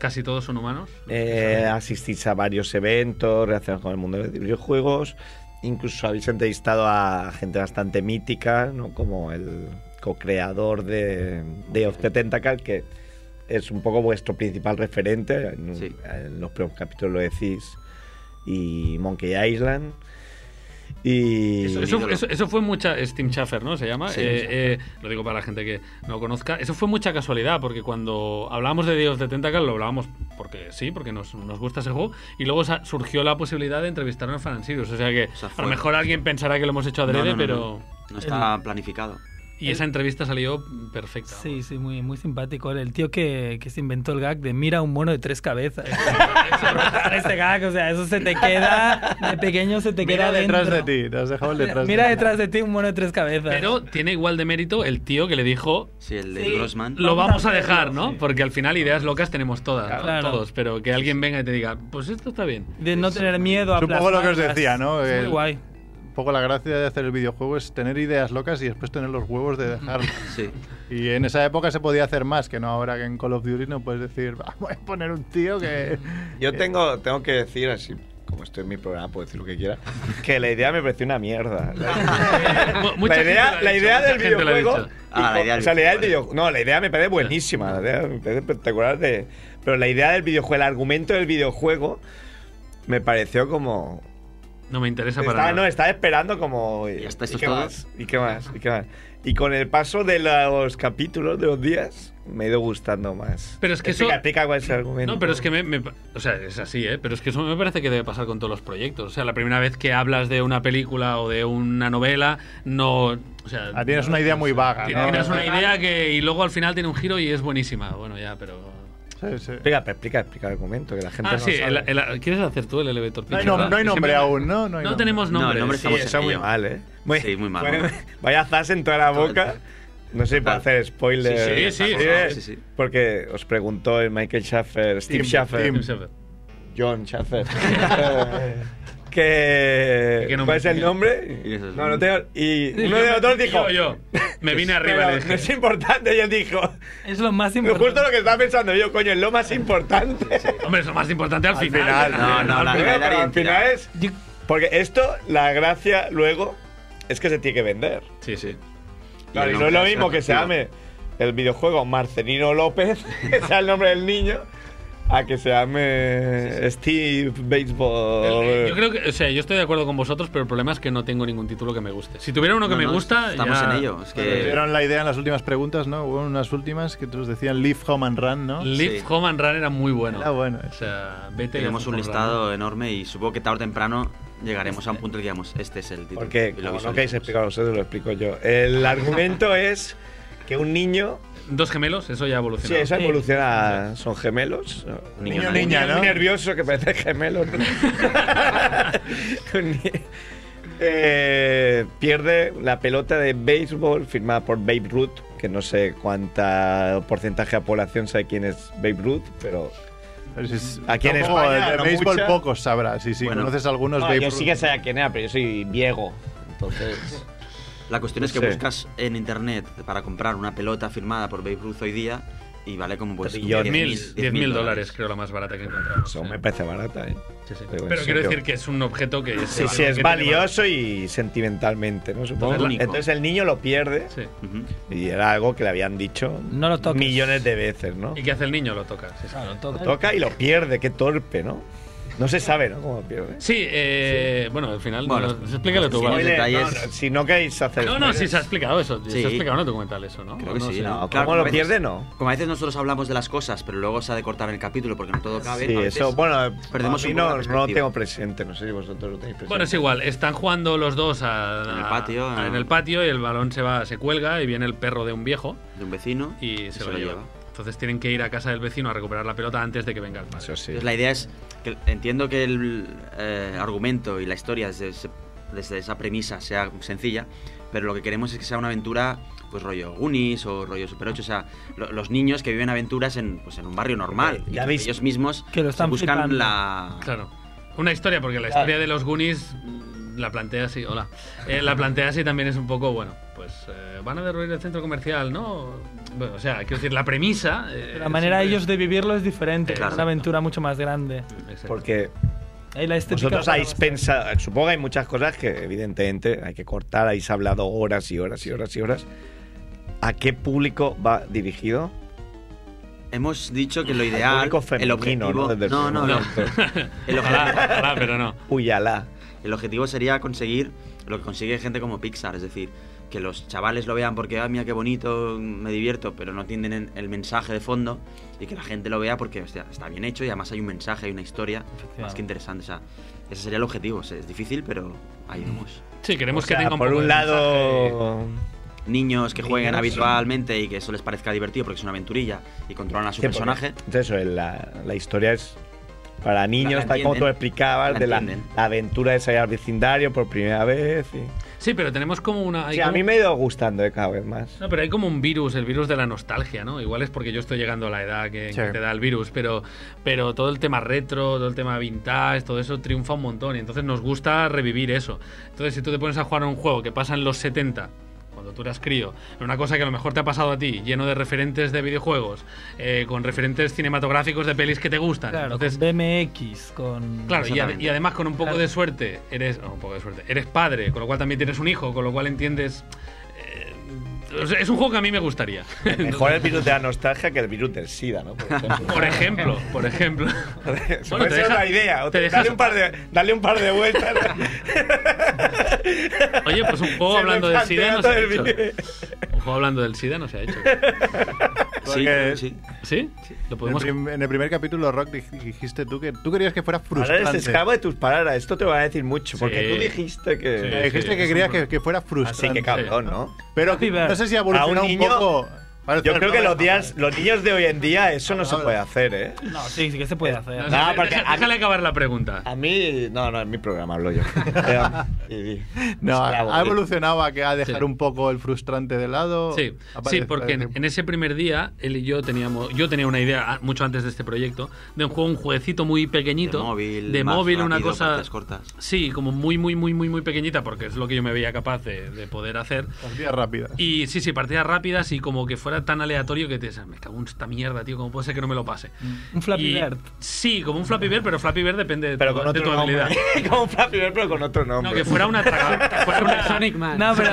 Speaker 6: Casi todos son humanos.
Speaker 3: Eh, asistís a varios eventos relacionados con el mundo de los videojuegos. Incluso habéis entrevistado a gente bastante mítica, ¿no? como el co-creador de, de Off the Tentacle, que es un poco vuestro principal referente. En, un- en los primeros capítulos lo decís. Y Monkey Island. Y...
Speaker 6: Eso, eso- eso- eso fue mucha. Steam Chaffer, ¿no? Se llama.
Speaker 3: Sí,
Speaker 6: Eh,
Speaker 3: sí.
Speaker 6: eh, lo digo para la gente que no lo conozca. Eso fue mucha casualidad, porque cuando hablábamos de Dios de Tentacle, lo hablábamos porque sí, porque nos, nos gusta ese juego. Y luego sa- surgió la posibilidad de entrevistar a Fran Sirius. O sea que a
Speaker 2: fue-
Speaker 6: lo mejor alguien pensará que lo hemos hecho
Speaker 2: No,
Speaker 6: adrede,
Speaker 2: no, no,
Speaker 6: pero.
Speaker 2: no. No está planificado.
Speaker 6: Y esa entrevista salió perfecta.
Speaker 4: Sí, sí, muy, muy simpático. El tío que, que se inventó el gag de mira un mono de tres cabezas. Ese este gag, o sea, eso se te queda, de pequeño se te
Speaker 1: Mira
Speaker 4: queda
Speaker 1: detrás
Speaker 4: dentro.
Speaker 1: de ti, te has dejado el detrás
Speaker 4: Mira
Speaker 1: de ti.
Speaker 4: detrás de ti un mono de tres cabezas.
Speaker 6: Pero tiene igual de mérito el tío que le dijo.
Speaker 2: Sí, el
Speaker 4: de Grossman.
Speaker 6: Lo vamos a dejar, ¿no? Porque al final ideas locas tenemos todas, ¿no?
Speaker 4: Claro.
Speaker 6: todos. Pero que alguien venga y te diga, pues esto está bien.
Speaker 4: De no tener miedo a
Speaker 6: Es
Speaker 1: un poco lo que os
Speaker 4: plasmarlas.
Speaker 1: decía, ¿no?
Speaker 4: Es muy
Speaker 1: El-
Speaker 4: guay.
Speaker 1: Un poco la gracia de hacer el videojuego es tener ideas locas y después tener los huevos de dejarlas.
Speaker 2: Sí.
Speaker 1: Y en esa época se podía hacer más, que no ahora que en Call of Duty no puedes decir, "Va, voy a poner un tío que...
Speaker 3: Yo tengo, tengo que decir, así como estoy en mi programa, puedo decir lo que quiera, que la idea me pareció una mierda.
Speaker 6: mucha
Speaker 3: La
Speaker 6: gente lo
Speaker 3: idea,
Speaker 6: ha
Speaker 3: la
Speaker 6: dicho,
Speaker 3: idea
Speaker 6: mucha
Speaker 3: del
Speaker 6: gente lo ha
Speaker 3: videojuego.
Speaker 6: dicho.
Speaker 3: y
Speaker 2: Ah, la
Speaker 3: con-
Speaker 2: idea del
Speaker 3: o sea, la idea del video- No, la idea me parece buenísima. La idea me parece espectacular. De, pero la idea del videojuego, el argumento del videojuego, me pareció como.
Speaker 6: No me interesa para
Speaker 3: Estaba,
Speaker 6: nada.
Speaker 3: no, estaba esperando como. ¿Y,
Speaker 2: hasta esto
Speaker 3: qué
Speaker 2: es todo.
Speaker 3: más? ¿Y qué más? ¿Y qué más? Y con el paso de los capítulos, de los días, me ha ido gustando más.
Speaker 6: Pero es que
Speaker 3: explica,
Speaker 6: eso-
Speaker 3: Explica cuál es el argumento.
Speaker 6: No, pero es que me, me- O sea, es así, ¿eh? Pero es que eso me parece que debe pasar con todos los proyectos. O sea, la primera vez que hablas de una película o de una novela, no. O sea,
Speaker 1: Ah, tienes una idea muy vaga, ¿no?
Speaker 6: tienes una idea que. Y luego al final tiene un giro y es buenísima. Bueno, ya, pero.
Speaker 1: Sí, sí.
Speaker 3: Explica, explica, explica el argumento, que la gente no
Speaker 6: Ah, sí,
Speaker 3: sabe.
Speaker 6: el- el- ¿quieres hacer tú el elevator
Speaker 1: No hay,
Speaker 6: pitch,
Speaker 1: nom-
Speaker 6: verdad?
Speaker 1: no hay
Speaker 6: Que
Speaker 1: nombre
Speaker 6: siempre-
Speaker 1: aún, ¿no? No, hay
Speaker 6: No
Speaker 1: nombre.
Speaker 6: tenemos nombre.
Speaker 2: el nombre
Speaker 6: sí.
Speaker 2: estamos
Speaker 3: Sí,
Speaker 2: en
Speaker 3: eso muy
Speaker 2: ello.
Speaker 3: mal, ¿eh? Muy,
Speaker 2: Sí, muy mal,
Speaker 3: bueno,
Speaker 2: muy mal.
Speaker 3: vaya zas en toda la boca. No sé, para hacer spoiler.
Speaker 6: Sí, sí, sí.
Speaker 3: ¿eh?
Speaker 2: Sí, sí.
Speaker 3: Porque os preguntó el Michael Schaffer, Steve
Speaker 1: Tim,
Speaker 3: Schaffer,
Speaker 1: Tim.
Speaker 3: John Schaffer. eh, que,
Speaker 6: ¿Qué nombre
Speaker 3: ¿Cuál es el
Speaker 6: tiene?
Speaker 3: nombre?
Speaker 2: Y eso es
Speaker 3: No,
Speaker 2: un-
Speaker 3: no tengo. Y
Speaker 6: Sí,
Speaker 3: uno
Speaker 6: yo
Speaker 3: de
Speaker 6: me-
Speaker 3: los dos dijo.
Speaker 6: Yo, yo. Me vine arriba este".
Speaker 3: "Pero
Speaker 6: y le
Speaker 3: No
Speaker 6: dije.
Speaker 3: es importante, y él dijo.
Speaker 4: Es lo más
Speaker 3: Justo
Speaker 4: importante.
Speaker 3: lo que estaba pensando yo, coño, es lo más importante.
Speaker 6: Hombre, es lo más importante al final.
Speaker 2: No, no, la
Speaker 3: Al final,
Speaker 2: verdadera
Speaker 3: pero al
Speaker 2: identidad.
Speaker 3: final es.
Speaker 4: Yo-
Speaker 3: Porque esto, la gracia luego, es que se tiene que vender.
Speaker 6: Sí, sí.
Speaker 3: Claro,
Speaker 2: Y
Speaker 3: y
Speaker 2: el
Speaker 3: no es lo
Speaker 2: nombre
Speaker 3: mismo
Speaker 2: es
Speaker 3: que se llame
Speaker 2: atractivo.
Speaker 3: el videojuego Marcelino López, que sea el nombre del niño, a que se llame Steve Baseball.
Speaker 6: Yo creo que, o sea, yo estoy de acuerdo con vosotros, pero el problema es que no tengo ningún título que me guste. Si tuviera uno que
Speaker 2: No,
Speaker 6: me
Speaker 2: no,
Speaker 6: gusta,
Speaker 2: Estamos
Speaker 6: ya-
Speaker 2: en ello. Es que.
Speaker 1: Tuvieron la idea en las últimas preguntas, ¿no? Hubo unas últimas que todos decían Leave Home and Run, ¿no?
Speaker 6: Live
Speaker 2: Sí.
Speaker 6: Home and Run era muy bueno.
Speaker 1: Era bueno.
Speaker 6: O sea, vete. y
Speaker 2: Tenemos
Speaker 6: haz
Speaker 2: un
Speaker 6: home and
Speaker 2: listado enorme y supongo que tarde o temprano llegaremos a un punto en el que digamos, este es el título.
Speaker 3: Porque,
Speaker 2: Y lo
Speaker 3: como no
Speaker 2: visualizamos.
Speaker 3: queréis explicar vosotros, lo explico yo. El argumento es que un niño.
Speaker 6: run. Dos gemelos, eso ya evolucionó.
Speaker 3: Sí, eso evoluciona. Son gemelos. Un
Speaker 2: Niño,
Speaker 1: niña,
Speaker 3: niño
Speaker 1: ¿no?
Speaker 3: nervioso que parece gemelo. Un ni- Eh, pierde la pelota de béisbol firmada por Babe Ruth, que no sé cuánta porcentaje de la población sabe quién es Babe Ruth, pero
Speaker 1: Pero si es-
Speaker 3: Aquí en
Speaker 1: tampoco,
Speaker 3: España,
Speaker 1: de
Speaker 3: no
Speaker 1: béisbol
Speaker 3: mucha.
Speaker 1: pocos sabrás. Sí, sí,
Speaker 2: Bueno.
Speaker 1: conoces algunos
Speaker 3: Ah,
Speaker 1: Babe
Speaker 3: yo
Speaker 1: Ruth.
Speaker 3: sí que sabía quién era, pero yo soy viejo. Entonces,
Speaker 2: La cuestión es que
Speaker 3: Sí.
Speaker 2: buscas en internet para comprar una pelota firmada por Babe Ruth hoy día y vale como pues.
Speaker 3: Trillón.
Speaker 2: 10.000
Speaker 6: 10.000 10.000 dólares, creo, la más barata que encontramos.
Speaker 3: eso
Speaker 6: sí.
Speaker 3: me parece barata, ¿eh?
Speaker 6: Sí, sí.
Speaker 3: Pero en
Speaker 6: Pero quiero
Speaker 3: serio.
Speaker 6: decir que es un objeto que es,
Speaker 3: Sí, sí,
Speaker 6: algo
Speaker 3: es
Speaker 6: que
Speaker 3: valioso y sentimentalmente, ¿no? Supongo.
Speaker 2: Entonces, la-
Speaker 3: Entonces el niño lo pierde
Speaker 6: tiene valor. Sí.
Speaker 2: Ujú.
Speaker 3: y era algo que le habían dicho
Speaker 4: No lo toques.
Speaker 3: millones de veces, ¿no?
Speaker 6: ¿Y qué hace el niño? Lo toca. sí, sí.
Speaker 4: Claro,
Speaker 3: Lo
Speaker 4: toca.
Speaker 3: toca y lo pierde, qué torpe, ¿no? No se sabe, ¿no? Cómo pierde.
Speaker 6: Sí, eh, bueno, al final.
Speaker 2: Bueno,
Speaker 6: no, explícalo tú,
Speaker 2: sí,
Speaker 6: vale.
Speaker 2: sí.
Speaker 3: no,
Speaker 2: detalles-
Speaker 3: no, si no queréis hacer.
Speaker 6: No, no, sí, se ha explicado eso. Se
Speaker 2: Sí.
Speaker 6: ha explicado en el documental eso, ¿no?
Speaker 2: Creo que
Speaker 6: No
Speaker 2: sí,
Speaker 6: sé.
Speaker 2: no.
Speaker 3: ¿Cómo
Speaker 2: Claro,
Speaker 3: lo
Speaker 2: a veces-
Speaker 3: pierde, no?
Speaker 2: Como a veces nosotros hablamos de las cosas, pero luego se ha de cortar el capítulo porque no todo cabe.
Speaker 3: Sí,
Speaker 2: a veces-
Speaker 3: eso, bueno,
Speaker 2: perdemos
Speaker 3: a mí
Speaker 2: un poco
Speaker 3: no, no
Speaker 2: la
Speaker 3: lo
Speaker 2: perspectiva.
Speaker 3: tengo presente, no sé si vosotros lo tenéis presente.
Speaker 6: Bueno, es igual, están jugando los dos a-
Speaker 2: En el patio,
Speaker 6: a-
Speaker 2: ¿no?
Speaker 6: en el patio y el balón se va, se cuelga y viene el perro de un viejo
Speaker 2: De un vecino.
Speaker 6: y se, lo, lleva. Entonces tienen que ir a casa del vecino a recuperar la pelota antes de que venga el padre.
Speaker 3: Eso sí.
Speaker 2: Entonces, la idea es que entiendo que el eh, argumento y la historia desde, ese- desde esa premisa sea sencilla, pero lo que queremos es que sea una aventura, pues rollo Goonies o rollo Super 8, o sea, lo- los niños que viven aventuras en, pues, en un barrio normal,
Speaker 3: Ya
Speaker 2: y que
Speaker 3: veis-
Speaker 2: ellos mismos
Speaker 4: que lo están
Speaker 2: buscan
Speaker 4: flipando.
Speaker 2: la...
Speaker 6: Claro. Una historia, porque la historia de los Goonies mm, la plantea así, hola. Eh, la plantea así también es un poco, bueno, pues eh, van a derruir el centro comercial, ¿no? Bueno, o sea, quiero decir, la premisa... eh,
Speaker 4: La manera de
Speaker 6: siempre-
Speaker 4: ellos de vivirlo es diferente.
Speaker 2: Claro.
Speaker 4: Es una aventura mucho más grande.
Speaker 6: Exacto.
Speaker 3: Porque
Speaker 4: Ahí la estética
Speaker 3: vosotros
Speaker 4: para
Speaker 3: habéis
Speaker 4: bastante.
Speaker 3: pensado, supongo que hay muchas cosas que evidentemente hay que cortar, habéis hablado horas y horas y horas y horas. ¿A qué público va dirigido?
Speaker 2: Hemos dicho que lo
Speaker 3: Al
Speaker 2: ideal,
Speaker 3: público femenino,
Speaker 2: el objetivo...
Speaker 3: ¿no? Desde el
Speaker 2: no, no,
Speaker 3: primer
Speaker 2: no.
Speaker 3: momento.
Speaker 2: El
Speaker 6: Ojalá,
Speaker 2: objetivo-
Speaker 6: ojalá, pero no.
Speaker 3: Uyalá.
Speaker 2: El objetivo sería conseguir lo que consigue gente como Pixar, es decir, que los chavales lo vean porque, ah, mira qué bonito, me divierto, pero no entienden en- el mensaje de fondo y que la gente lo vea porque hostia, está bien hecho y además hay un mensaje, hay una historia más que interesante. O sea, ese sería el
Speaker 6: Mm.
Speaker 2: objetivo. O sea, es difícil, pero ahí vamos.
Speaker 6: Sí, queremos
Speaker 3: O sea,
Speaker 6: que tenga un
Speaker 3: Ah, por
Speaker 6: poco
Speaker 3: un
Speaker 6: de mensaje.
Speaker 3: lado
Speaker 2: niños que
Speaker 3: Niños,
Speaker 2: jueguen
Speaker 3: sí.
Speaker 2: habitualmente y que eso les parezca divertido porque es una aventurilla y controlan a su
Speaker 3: Sí, porque-
Speaker 2: personaje.
Speaker 3: Entonces, eso, la, la historia es para niños, tal como tú
Speaker 2: entienden.
Speaker 3: explicabas,
Speaker 2: La
Speaker 3: de la,
Speaker 2: entienden.
Speaker 3: la aventura de salir al vecindario por primera vez. y-
Speaker 6: Sí, pero tenemos como una. hay
Speaker 3: Sí, a
Speaker 6: como-
Speaker 3: mí me ha ido gustando eh, cada vez más.
Speaker 6: No, pero hay como un virus, el virus de la nostalgia, ¿no? Igual es porque yo estoy llegando a la edad que,
Speaker 3: Sí.
Speaker 6: que te da el virus, pero, pero todo el tema retro, todo el tema vintage, todo eso triunfa un montón y entonces nos gusta revivir eso. Entonces, si tú te pones a jugar a un juego que pasa en los 70, cuando tú eras crío, en una cosa que a lo mejor te ha pasado a ti, lleno de referentes de videojuegos, eh, con referentes cinematográficos de pelis que te gustan.
Speaker 4: Claro,
Speaker 6: entonces,
Speaker 4: con BMX, con.
Speaker 6: Claro, y, ade- y además con un poco de suerte, eres. o un poco de suerte, eres padre, con lo cual también tienes un hijo, con lo cual entiendes. eh, o sea, es un juego que a mí me gustaría.
Speaker 3: Mejor el virus de la nostalgia que el virus del SIDA, ¿no? Por ejemplo.
Speaker 6: Por ejemplo, por ejemplo.
Speaker 3: Eso
Speaker 6: Bueno,
Speaker 3: puede
Speaker 6: te
Speaker 3: ser
Speaker 6: deja-
Speaker 3: una idea. o
Speaker 6: te
Speaker 3: te-
Speaker 6: dejas-
Speaker 3: dale, un par de, dale un par de vueltas.
Speaker 6: Oye, pues un juego
Speaker 3: Se
Speaker 6: hablando
Speaker 3: me
Speaker 6: del SIDA no se ha
Speaker 3: plantea
Speaker 6: hecho.
Speaker 3: todo el
Speaker 6: Un juego hablando del SIDA no se ha hecho.
Speaker 1: Porque-
Speaker 2: sí.
Speaker 6: ¿Sí? Lo podemos.
Speaker 1: en, el prim- en el primer capítulo, Rock, dij- dijiste tú que tú querías que fuera
Speaker 3: Ahora
Speaker 1: frustrante. Eh,
Speaker 3: eres esclavo de tus palabras. Esto te va a decir mucho. Porque
Speaker 1: Sí.
Speaker 3: tú dijiste que.
Speaker 1: Sí, dijiste que querías que, que fuera frustrante.
Speaker 3: Así que cabrón, ¿no?
Speaker 1: Pero no sé si ha
Speaker 3: A
Speaker 1: evolucionado
Speaker 3: un
Speaker 1: un,
Speaker 3: niño-
Speaker 1: poco. Vale,
Speaker 3: Yo
Speaker 1: espera,
Speaker 3: creo que
Speaker 1: no,
Speaker 3: los, días, los niños de hoy en día eso no se puede hacer, ¿eh?
Speaker 4: No, sí, sí que se puede hacer.
Speaker 3: No, porque a-
Speaker 6: Déjale acabar la pregunta.
Speaker 3: A mí, no, no, en mi programa hablo yo. Eh,
Speaker 1: No, ha
Speaker 3: evolucionado.
Speaker 1: evolucionado a que a dejar un poco el frustrante de lado.
Speaker 6: Sí, sí,
Speaker 1: Aparece-
Speaker 6: porque en, en ese primer día él y yo teníamos, yo tenía una idea ah, mucho antes de este proyecto de un juego, un jueguecito muy pequeñito,
Speaker 2: De móvil,
Speaker 6: de
Speaker 2: más
Speaker 6: móvil, una
Speaker 2: rápido,
Speaker 6: cosa,
Speaker 2: partidas cortas.
Speaker 6: sí, como muy, muy, muy, muy, muy pequeñita, porque es lo que yo me veía capaz de, de poder hacer.
Speaker 1: Partidas rápidas.
Speaker 6: Y sí, sí, partidas rápidas y como que fuera tan aleatorio que te, me cago en esta mierda, tío, cómo puede ser que no me lo pase.
Speaker 4: Un Flappy
Speaker 6: Y-
Speaker 4: Bird.
Speaker 6: Sí, como un Flappy Bird, pero Flappy Bird depende de,
Speaker 3: Pero
Speaker 6: tu,
Speaker 3: con
Speaker 6: de
Speaker 3: otro
Speaker 6: tu
Speaker 3: nombre.
Speaker 6: habilidad.
Speaker 3: Como un Flappy Bird, pero con otro nombre.
Speaker 6: No, que fuera una traga- fuera una-
Speaker 4: No, pero.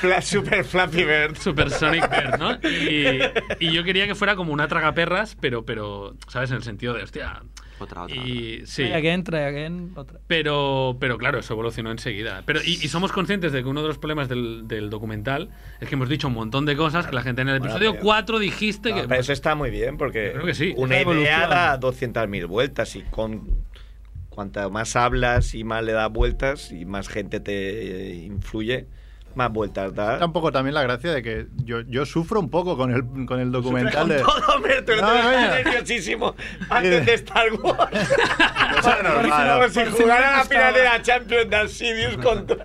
Speaker 3: Fla- super Flappy Bird.
Speaker 6: Super Sonic Bird, ¿no? Y, y yo quería que fuera como una tragaperras, pero, pero, ¿sabes? En el sentido de, hostia.
Speaker 2: Otra, otra.
Speaker 6: Y sí.
Speaker 4: Try again, try again, otra.
Speaker 6: Pero, pero claro, eso evolucionó enseguida. Pero, y, y somos conscientes de que uno de los problemas del, del documental es que hemos dicho un montón de cosas que la gente en el
Speaker 3: Bueno,
Speaker 6: episodio
Speaker 3: pero-
Speaker 6: 4 dijiste que. pues,
Speaker 3: No, pero eso está muy bien porque
Speaker 6: creo que sí.
Speaker 3: una
Speaker 6: Es la
Speaker 3: idea
Speaker 6: evolución.
Speaker 3: da 200.000 vueltas y con cuanta más hablas y más le das vueltas y más gente te eh, influye, más vueltas da.
Speaker 1: Tampoco también la gracia de que yo, yo sufro un poco con el, con el documental
Speaker 3: Con
Speaker 1: de.
Speaker 3: todo, hombre, tú
Speaker 1: No,
Speaker 3: no,
Speaker 1: coño.
Speaker 3: nerviosísimo antes de Star Wars. Como si
Speaker 1: Por si no
Speaker 3: jugara la
Speaker 1: estaba.
Speaker 3: final de la Champions de Arsidious contra...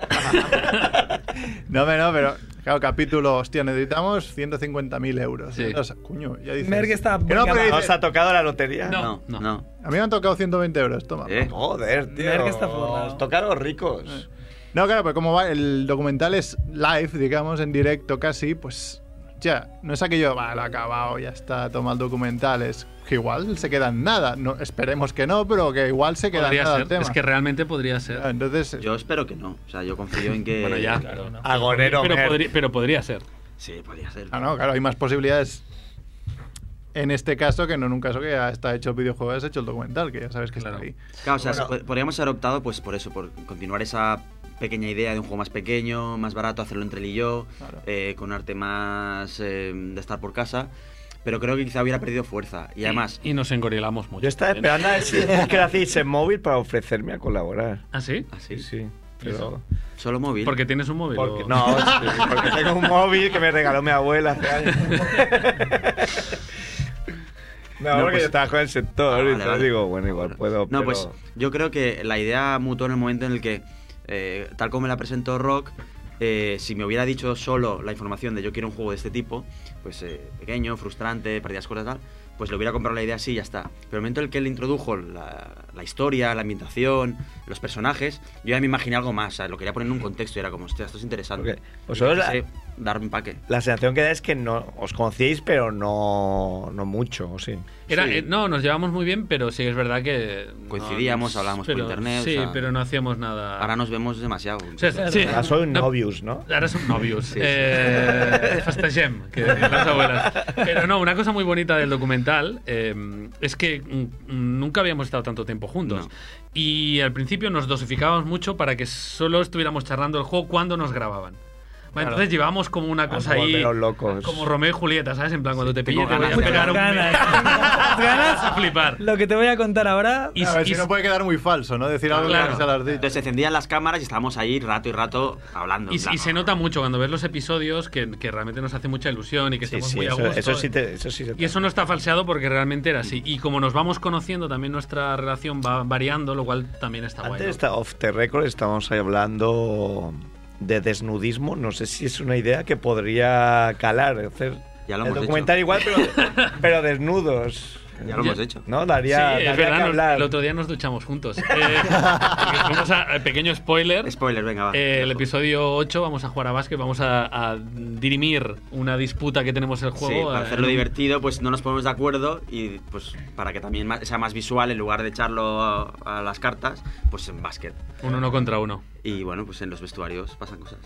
Speaker 1: No, hombre, no, pero. Claro, capítulo, hostia, necesitamos 150.000 euros.
Speaker 3: Sí.
Speaker 1: Entonces, coño, ya dices.
Speaker 3: Merck está
Speaker 1: Que no, pero dices,
Speaker 3: ¿Os ha tocado la lotería?
Speaker 6: No,
Speaker 2: no. ¿Eh?
Speaker 1: A mí me han tocado 120 euros, toma.
Speaker 6: ¿Eh?
Speaker 3: Joder, tío.
Speaker 1: Merck
Speaker 3: está Os tocaron ricos.
Speaker 1: No, claro, pero como va, el documental es live, digamos, en directo casi, pues ya, no es aquello, va, lo ha acabado, ya está, toma el documental, es que igual se queda en nada, no, esperemos que no, pero que igual se queda en
Speaker 6: Podría
Speaker 1: nada el
Speaker 6: ser.
Speaker 1: tema.
Speaker 6: Es que realmente podría ser.
Speaker 1: Entonces,
Speaker 2: Yo espero que no. O sea, yo confío en que.
Speaker 6: Bueno, ya.
Speaker 2: Claro, no.
Speaker 3: Agonero,
Speaker 6: pero,
Speaker 3: Merck.
Speaker 6: podría, pero podría ser.
Speaker 2: Sí, podría ser.
Speaker 1: Ah, no, claro, hay más posibilidades en este caso que no en un caso que ya está hecho el videojuego, has hecho el documental, que ya sabes que está ahí.
Speaker 2: Claro, o sea,
Speaker 1: Bueno.
Speaker 2: po- podríamos haber optado pues por eso, por continuar esa pequeña idea de un juego más pequeño, más barato, hacerlo entre él y yo, eh, con arte más eh, de estar por casa, pero creo que quizá hubiera perdido fuerza. Y además...
Speaker 6: Y, nos engorilamos mucho. ¿Eh?
Speaker 3: Yo estaba esperando a ver si que lo hacéis en móvil para ofrecerme a colaborar.
Speaker 6: ¿Ah, sí?
Speaker 2: Así.
Speaker 3: Sí, pero...
Speaker 2: Solo móvil.
Speaker 6: Porque tienes un móvil.
Speaker 3: Porque,
Speaker 6: o-
Speaker 3: no, sí, porque tengo un móvil que me regaló mi abuela hace años. No,
Speaker 2: No,
Speaker 3: porque
Speaker 2: pues-
Speaker 3: yo trabajo en el sector y
Speaker 2: vale,
Speaker 3: entonces
Speaker 2: vale.
Speaker 3: digo, bueno, igual puedo.
Speaker 2: No, pues yo creo que la idea mutó en el momento en el que, eh, tal como me la presentó Rock, eh, si me hubiera dicho solo la información de yo quiero un juego de este tipo, pues eh, pequeño, frustrante, perdidas cortas, tal, pues le hubiera comprado la idea así y ya está. Pero el momento en el que él introdujo la, la historia, la ambientación, los personajes, yo ya me imaginé algo más, o sea, lo quería poner en un contexto y era como, hostia, esto es interesante.
Speaker 3: Vosotros
Speaker 2: Y
Speaker 3: Pues la-
Speaker 2: quise dar un paque.
Speaker 3: La sensación que da es que no os conocíais, pero no, no mucho, ¿o sí?
Speaker 6: Era, eh, no, nos llevamos muy bien, pero sí es verdad que. no,
Speaker 2: Coincidíamos, hablábamos por
Speaker 6: pero-
Speaker 2: internet, o
Speaker 6: Sí,
Speaker 2: sea-
Speaker 6: pero no hacíamos nada.
Speaker 2: Ahora nos vemos demasiado.
Speaker 6: O sea, sí.
Speaker 3: Ah, soy un novius, ¿no?
Speaker 6: Ahora son novios.
Speaker 3: Sí.
Speaker 6: Eh, fastegem, que decían las abuelas. Pero no, una cosa muy bonita del documental eh, es que mm, mm, nunca habíamos estado tanto tiempo juntos. Y al principio nos dosificábamos mucho para que solo estuviéramos charlando el juego cuando nos grababan. Bueno, entonces llevamos como una cosa ahí.
Speaker 3: volveros locos.
Speaker 6: Como Romeo y Julieta, ¿sabes? En plan, cuando te
Speaker 3: tengo
Speaker 6: pille te voy a
Speaker 3: ganas, tengo
Speaker 6: pegar un.
Speaker 4: ganas.
Speaker 6: ganas a flipar.
Speaker 4: Lo que te voy a contar ahora.
Speaker 6: Y-
Speaker 1: a ver, si
Speaker 6: y-
Speaker 1: no puede quedar muy falso, ¿no? Decir algo que no se lo has dicho.
Speaker 2: Entonces se encendían las cámaras y estábamos ahí rato y rato hablando.
Speaker 6: Y,
Speaker 2: en plan,
Speaker 6: y se nota mucho cuando ves los episodios que, que realmente nos hace mucha ilusión y que estamos
Speaker 3: sí,
Speaker 6: muy a
Speaker 3: eso,
Speaker 6: gusto.
Speaker 3: eso sí te- eso sí se
Speaker 6: Y eso no está falseado porque realmente era así. Y como nos vamos conociendo, también nuestra relación va variando, lo cual también está guay.
Speaker 3: Antes
Speaker 6: ¿no?
Speaker 3: está off the record, estábamos ahí hablando de desnudismo. No sé si es una idea que podría calar, hacer
Speaker 2: Ya lo
Speaker 3: el
Speaker 2: hemos
Speaker 3: documental igual, pero, pero desnudos.
Speaker 2: "Ah, Ya lo hemos hecho.
Speaker 3: No, daría,
Speaker 6: sí,
Speaker 3: daría
Speaker 6: es verdad,
Speaker 3: que
Speaker 6: nos-
Speaker 3: hablar.
Speaker 6: el otro día nos duchamos juntos. Eh, vamos a, eh, pequeño spoiler.
Speaker 2: Spoiler, venga, va.
Speaker 6: Eh, el episodio 8 vamos a jugar a básquet, vamos a, a dirimir una disputa que tenemos el juego.
Speaker 2: Sí, para
Speaker 6: eh,
Speaker 2: hacerlo
Speaker 6: en-
Speaker 2: divertido, pues no nos ponemos de acuerdo y pues para que también ma- sea más visual, en lugar de echarlo a, a las cartas, pues en básquet.
Speaker 6: Un uno contra uno.
Speaker 2: Y bueno, pues en los vestuarios pasan cosas.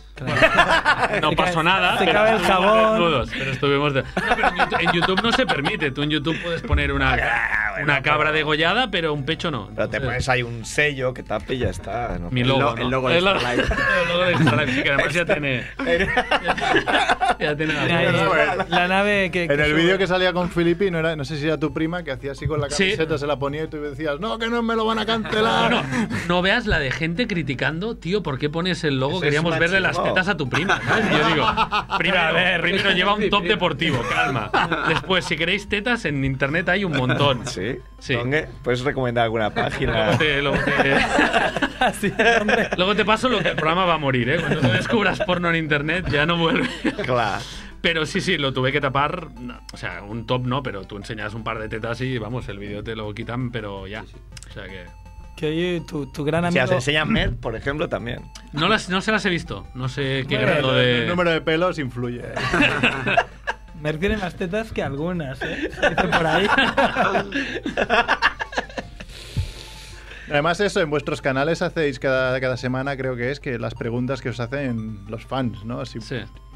Speaker 6: No pasó nada.
Speaker 2: se
Speaker 6: pero
Speaker 2: cae el
Speaker 6: estuvimos
Speaker 2: jabón.
Speaker 6: desnudos, pero estuvimos de- No, pero en, YouTube, en YouTube no se permite. Tú en YouTube puedes poner
Speaker 2: Ah,
Speaker 6: una, una cabra degollada, pero un pecho no.
Speaker 3: Pero te pones ahí un sello que tapa y ya está. ¿no?
Speaker 6: Mi logo. ¿no?
Speaker 3: de
Speaker 6: El lo-
Speaker 3: Starlight.
Speaker 6: el logo de Starlight, sí, que además ya tiene. Ya tiene la-
Speaker 4: Ahí, la nave que.
Speaker 1: En el vídeo que salía con Filipino no, era, no sé si era tu prima, que hacía así con la
Speaker 6: Sí.
Speaker 1: camiseta, se la ponía y tú decías, no, que no me lo van a cancelar.
Speaker 6: No veas la de gente criticando, tío, ¿por qué pones el logo?
Speaker 1: Eso
Speaker 6: Queríamos
Speaker 1: es
Speaker 6: verle las
Speaker 1: machismo.
Speaker 6: tetas a tu prima. ¿sabes? Yo digo, prima, a ver, primero lleva un top deportivo, calma. Después, si queréis tetas, en internet hay un montón.
Speaker 3: Sí. Tongue, ¿Puedes recomendar alguna página?
Speaker 6: Luego te, luego te- Luego te paso lo que el programa va a morir, ¿eh? Cuando tú descubras porno en internet ya no vuelve.
Speaker 3: Claro.
Speaker 6: Pero sí, sí, lo tuve que tapar. no, o sea, un top no, pero tú enseñas un par de tetas y vamos, el vídeo te lo quitan, pero ya. O sea que.
Speaker 4: Que oye, tu, tu gran
Speaker 3: Si
Speaker 4: amigo.
Speaker 3: las enseñas Mer, por ejemplo, también.
Speaker 6: No, las, no se las he visto. No sé qué
Speaker 4: Bueno,
Speaker 6: grado
Speaker 4: el-
Speaker 6: de.
Speaker 4: el
Speaker 1: número de pelos influye.
Speaker 4: Merck tiene más tetas que algunas, ¿eh? Se dice por ahí.
Speaker 1: Además, eso, en vuestros canales hacéis cada, cada semana, creo que es, que las preguntas que os hacen los fans, ¿no? Así,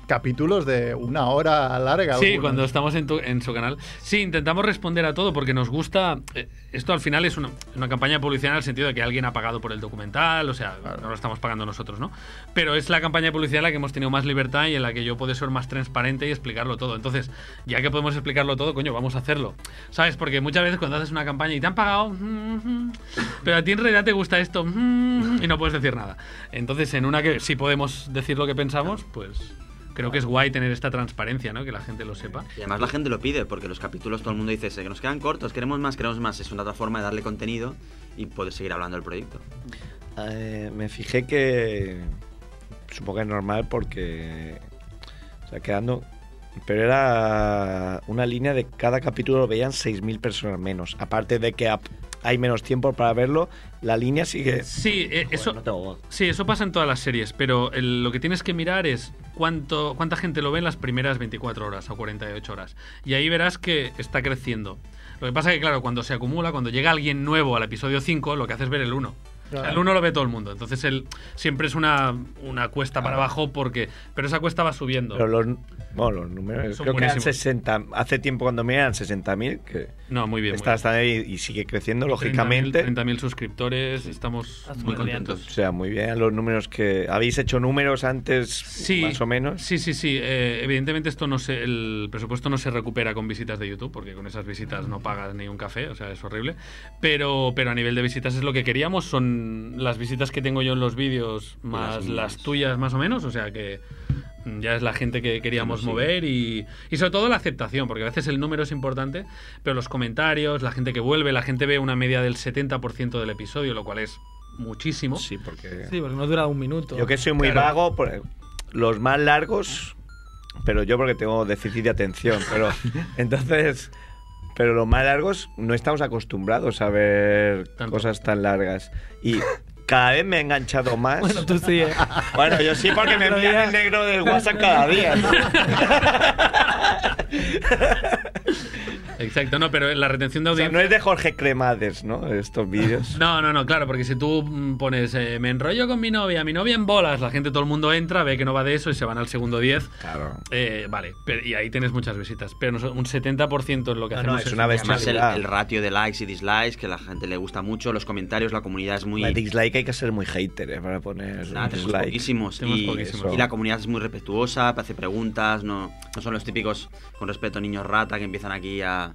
Speaker 1: Capítulos de una hora larga.
Speaker 6: Sí,
Speaker 1: algunos.
Speaker 6: cuando estamos en, tu- en su canal. Sí, intentamos responder a todo porque nos gusta. eh, esto al final es una, una campaña de publicidad en el sentido de que alguien ha pagado por el documental, o sea, no lo estamos pagando nosotros, ¿no? Pero es la campaña de publicidad en la que hemos tenido más libertad y en la que yo puedo ser más transparente y explicarlo todo. Entonces, ya que podemos explicarlo todo, coño, vamos a hacerlo. ¿Sabes? Porque muchas veces cuando haces una campaña y te han pagado, mm, mm, pero a ti en realidad te gusta esto, mm, y no puedes decir nada. Entonces, en una que sí podemos decir lo que pensamos, pues. Creo que es guay tener esta transparencia, ¿no? Que la gente lo sepa.
Speaker 2: Y además la gente lo pide, porque los capítulos todo el mundo dice, "Se- que nos quedan cortos, queremos más, queremos más. Es una otra forma de darle contenido y poder seguir hablando del proyecto.
Speaker 3: Eh, me fijé que. Supongo que es normal porque. O sea, quedando. Pero era una línea de cada capítulo lo veían 6.000 personas menos. Aparte de que ap- hay menos tiempo para verlo, la línea sigue.
Speaker 6: Sí, eh, eso, sí, eso pasa en todas las series, pero el- lo que tienes que mirar es cuánto, cuánta gente lo ve en las primeras 24 horas o 48 horas. Y ahí verás que está creciendo. Lo que pasa que, claro, cuando se acumula, cuando llega alguien nuevo al episodio 5, lo que hace es ver el 1.
Speaker 20: Claro.
Speaker 6: El 1 lo ve todo el mundo. Entonces él siempre es una, una cuesta para abajo porque... Pero esa cuesta va subiendo.
Speaker 3: Pero los, bueno, los números.
Speaker 6: Son
Speaker 3: creo que eran
Speaker 6: buenísimos.
Speaker 3: 60. Hace tiempo cuando me eran 60.000. Que
Speaker 6: No, muy bien, muy
Speaker 3: Está, está ahí y sigue creciendo,
Speaker 6: 30.000
Speaker 3: lógicamente.
Speaker 6: 30.000 suscriptores, estamos muy contentos.
Speaker 3: O sea, muy bien los números que. ¿Habéis hecho números antes, más o menos?
Speaker 6: Sí, sí, sí. Eh, evidentemente esto no se, el presupuesto no se recupera con visitas de YouTube, porque con esas visitas no pagas ni un café, o sea, es horrible. Pero, pero a nivel de visitas es lo que queríamos, son las visitas que tengo yo en los vídeos más
Speaker 20: Las
Speaker 6: las, tuyas más o menos, o sea que mm, ya es la gente que queríamos
Speaker 20: Que nos
Speaker 6: mover y, y sobre todo la aceptación, porque a veces el número es importante, pero los comentarios, la gente que vuelve, la gente ve una media del 70% del episodio, lo cual es muchísimo.
Speaker 3: Sí, porque...
Speaker 4: Sí, porque no dura un minuto.
Speaker 3: Yo que soy muy
Speaker 6: Claro.
Speaker 3: vago, por- los más largos, pero yo porque tengo déficit de atención, pero entonces, pero los más largos no estamos acostumbrados a ver cosas tan largas y cada vez me he enganchado más. Bueno,
Speaker 4: tú sí. ¿eh?
Speaker 3: Bueno, yo sí porque me
Speaker 4: Otro
Speaker 3: envían
Speaker 4: día.
Speaker 3: el negro del WhatsApp cada día. ¿no?
Speaker 6: Exacto, no, pero la retención de
Speaker 3: O sea,
Speaker 6: audiencia.
Speaker 3: no es de Jorge Cremades, ¿no? Estos vídeos.
Speaker 6: No, no, no, claro, porque si tú mm, pones eh, me enrollo con mi novia, mi novia en bolas, la gente, todo el mundo entra, ve que no va de eso y se van al segundo 10.
Speaker 3: Claro.
Speaker 6: vale, pero- y ahí tienes muchas visitas. Pero nos- un 70% es lo que hacemos.
Speaker 2: Además, el, el ratio de likes y dislikes, que la gente le gusta mucho, los comentarios, la comunidad es muy...
Speaker 3: La dislike hay que ser muy hater ¿eh? para poner
Speaker 2: Nada, tenemos
Speaker 3: dislike.
Speaker 2: poquísimos. y, y la comunidad es muy respetuosa, hace preguntas, no, no son los típicos, con respeto, niños rata que empiezan aquí a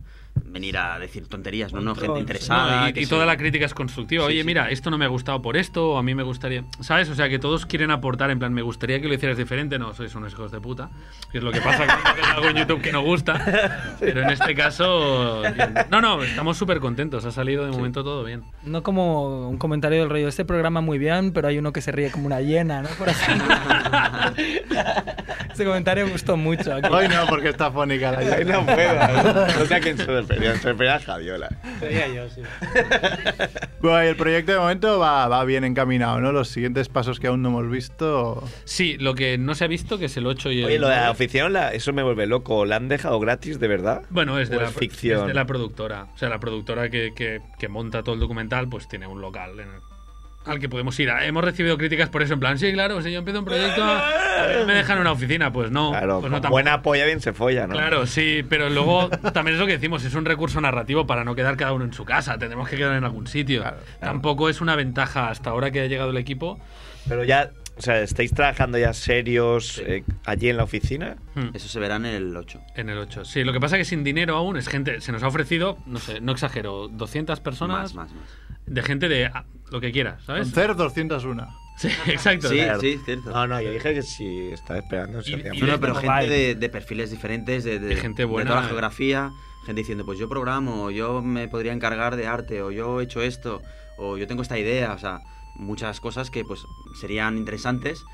Speaker 2: venir a decir tonterías, no, no, gente interesada.
Speaker 6: No, y,
Speaker 2: que
Speaker 6: y
Speaker 2: se-
Speaker 6: toda la crítica es constructiva.
Speaker 2: Sí,
Speaker 6: Oye,
Speaker 2: sí.
Speaker 6: mira, esto no me ha gustado por esto, o a mí me gustaría. ¿Sabes? O sea, que todos quieren aportar, en plan, me gustaría que lo hicieras diferente. No, sois unos hijos de puta. Que es lo que pasa cuando haces algo en YouTube que no gusta. Pero en este caso. bien. No, no, estamos súper contentos. Ha salido de momento todo bien.
Speaker 4: No como un comentario del rollo, este programa muy bien, pero hay uno que se ríe como una hiena, ¿no? Por así. Ese comentario gustó mucho. aquí.
Speaker 1: Hoy no, porque está fónica la
Speaker 3: Ay, no puedo. ¿eh? No sé a quién se refería. Se refería a Javiola.
Speaker 20: Sería yo, sí.
Speaker 1: Guay, el proyecto de momento va, va bien encaminado, ¿no? Los siguientes pasos que aún no hemos visto.
Speaker 6: Sí, lo que no se ha visto, que es el 8 y el.
Speaker 3: Oye, lo de la afición, la- eso me vuelve loco. ¿La han dejado gratis, de verdad?
Speaker 6: Bueno, es de,
Speaker 3: ¿O
Speaker 6: la,
Speaker 3: ficción.
Speaker 6: es de la productora. O sea, la productora que, que- que monta todo el documental, pues tiene un local en el- al que podemos ir. Hemos recibido críticas por eso, en plan, sí, claro, si yo empiezo un proyecto, a ver, me dejan una oficina. Pues no.
Speaker 3: Claro,
Speaker 6: pues no
Speaker 3: con
Speaker 6: tampoco.
Speaker 3: buena polla bien se folla, ¿no?
Speaker 6: Claro, sí, pero luego también es lo que decimos, es un recurso narrativo para no quedar cada uno en su casa, tenemos que quedar en algún sitio. Tampoco es una ventaja hasta ahora que ha llegado el equipo.
Speaker 3: Pero ya, o sea, ¿estáis trabajando ya serios eh, allí en la oficina?
Speaker 2: Eso se verá en el 8.
Speaker 6: En el 8. Sí, lo que pasa es que sin dinero aún es gente, se nos ha ofrecido, no sé, no exagero, 200
Speaker 2: Más,
Speaker 6: personas
Speaker 2: más, más.
Speaker 6: de gente de ah, lo que quieras, ¿sabes?
Speaker 1: Cer 201.
Speaker 6: Sí, exacto.
Speaker 2: Sí,
Speaker 6: Claro.
Speaker 2: sí, cierto.
Speaker 3: No, no, yo dije que sí, estaba esperando. si hacíamos-
Speaker 2: No, no, pero gente de, de perfiles diferentes, de, de-
Speaker 6: gente
Speaker 2: de
Speaker 6: buena.
Speaker 2: toda la geografía, gente diciendo, pues yo programo, o yo me podría encargar de arte, o yo he hecho esto, o yo tengo esta idea, o sea, muchas cosas que pues serían interesantes,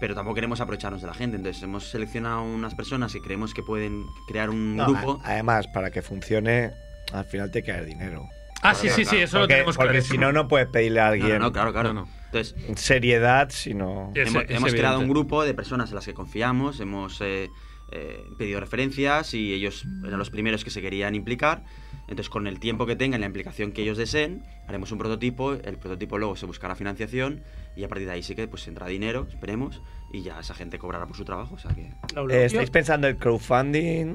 Speaker 2: pero tampoco queremos aprovecharnos de la gente, entonces hemos seleccionado unas personas que creemos que pueden crear un
Speaker 3: No,
Speaker 2: grupo.
Speaker 3: a- además, para que funcione, al final te cae el dinero.
Speaker 6: Ah, sí, sí, sí, eso lo
Speaker 3: Porque-
Speaker 6: tenemos
Speaker 3: Porque
Speaker 6: clarísimo.
Speaker 3: si no, no puedes pedirle a alguien.
Speaker 2: No, no, no, claro, claro. Entonces,
Speaker 3: Seriedad, sino.
Speaker 2: hemos hemos creado un grupo de personas en las que confiamos, hemos eh, eh, pedido referencias y ellos eran los primeros que se querían implicar. Entonces, con el tiempo que tengan, la implicación que ellos deseen, haremos un prototipo, el prototipo luego se buscará financiación y a partir de ahí sí que pues entra dinero, esperemos, y ya esa gente cobrará por su trabajo, o sea que
Speaker 3: Eh, ¿Estáis pensando en crowdfunding?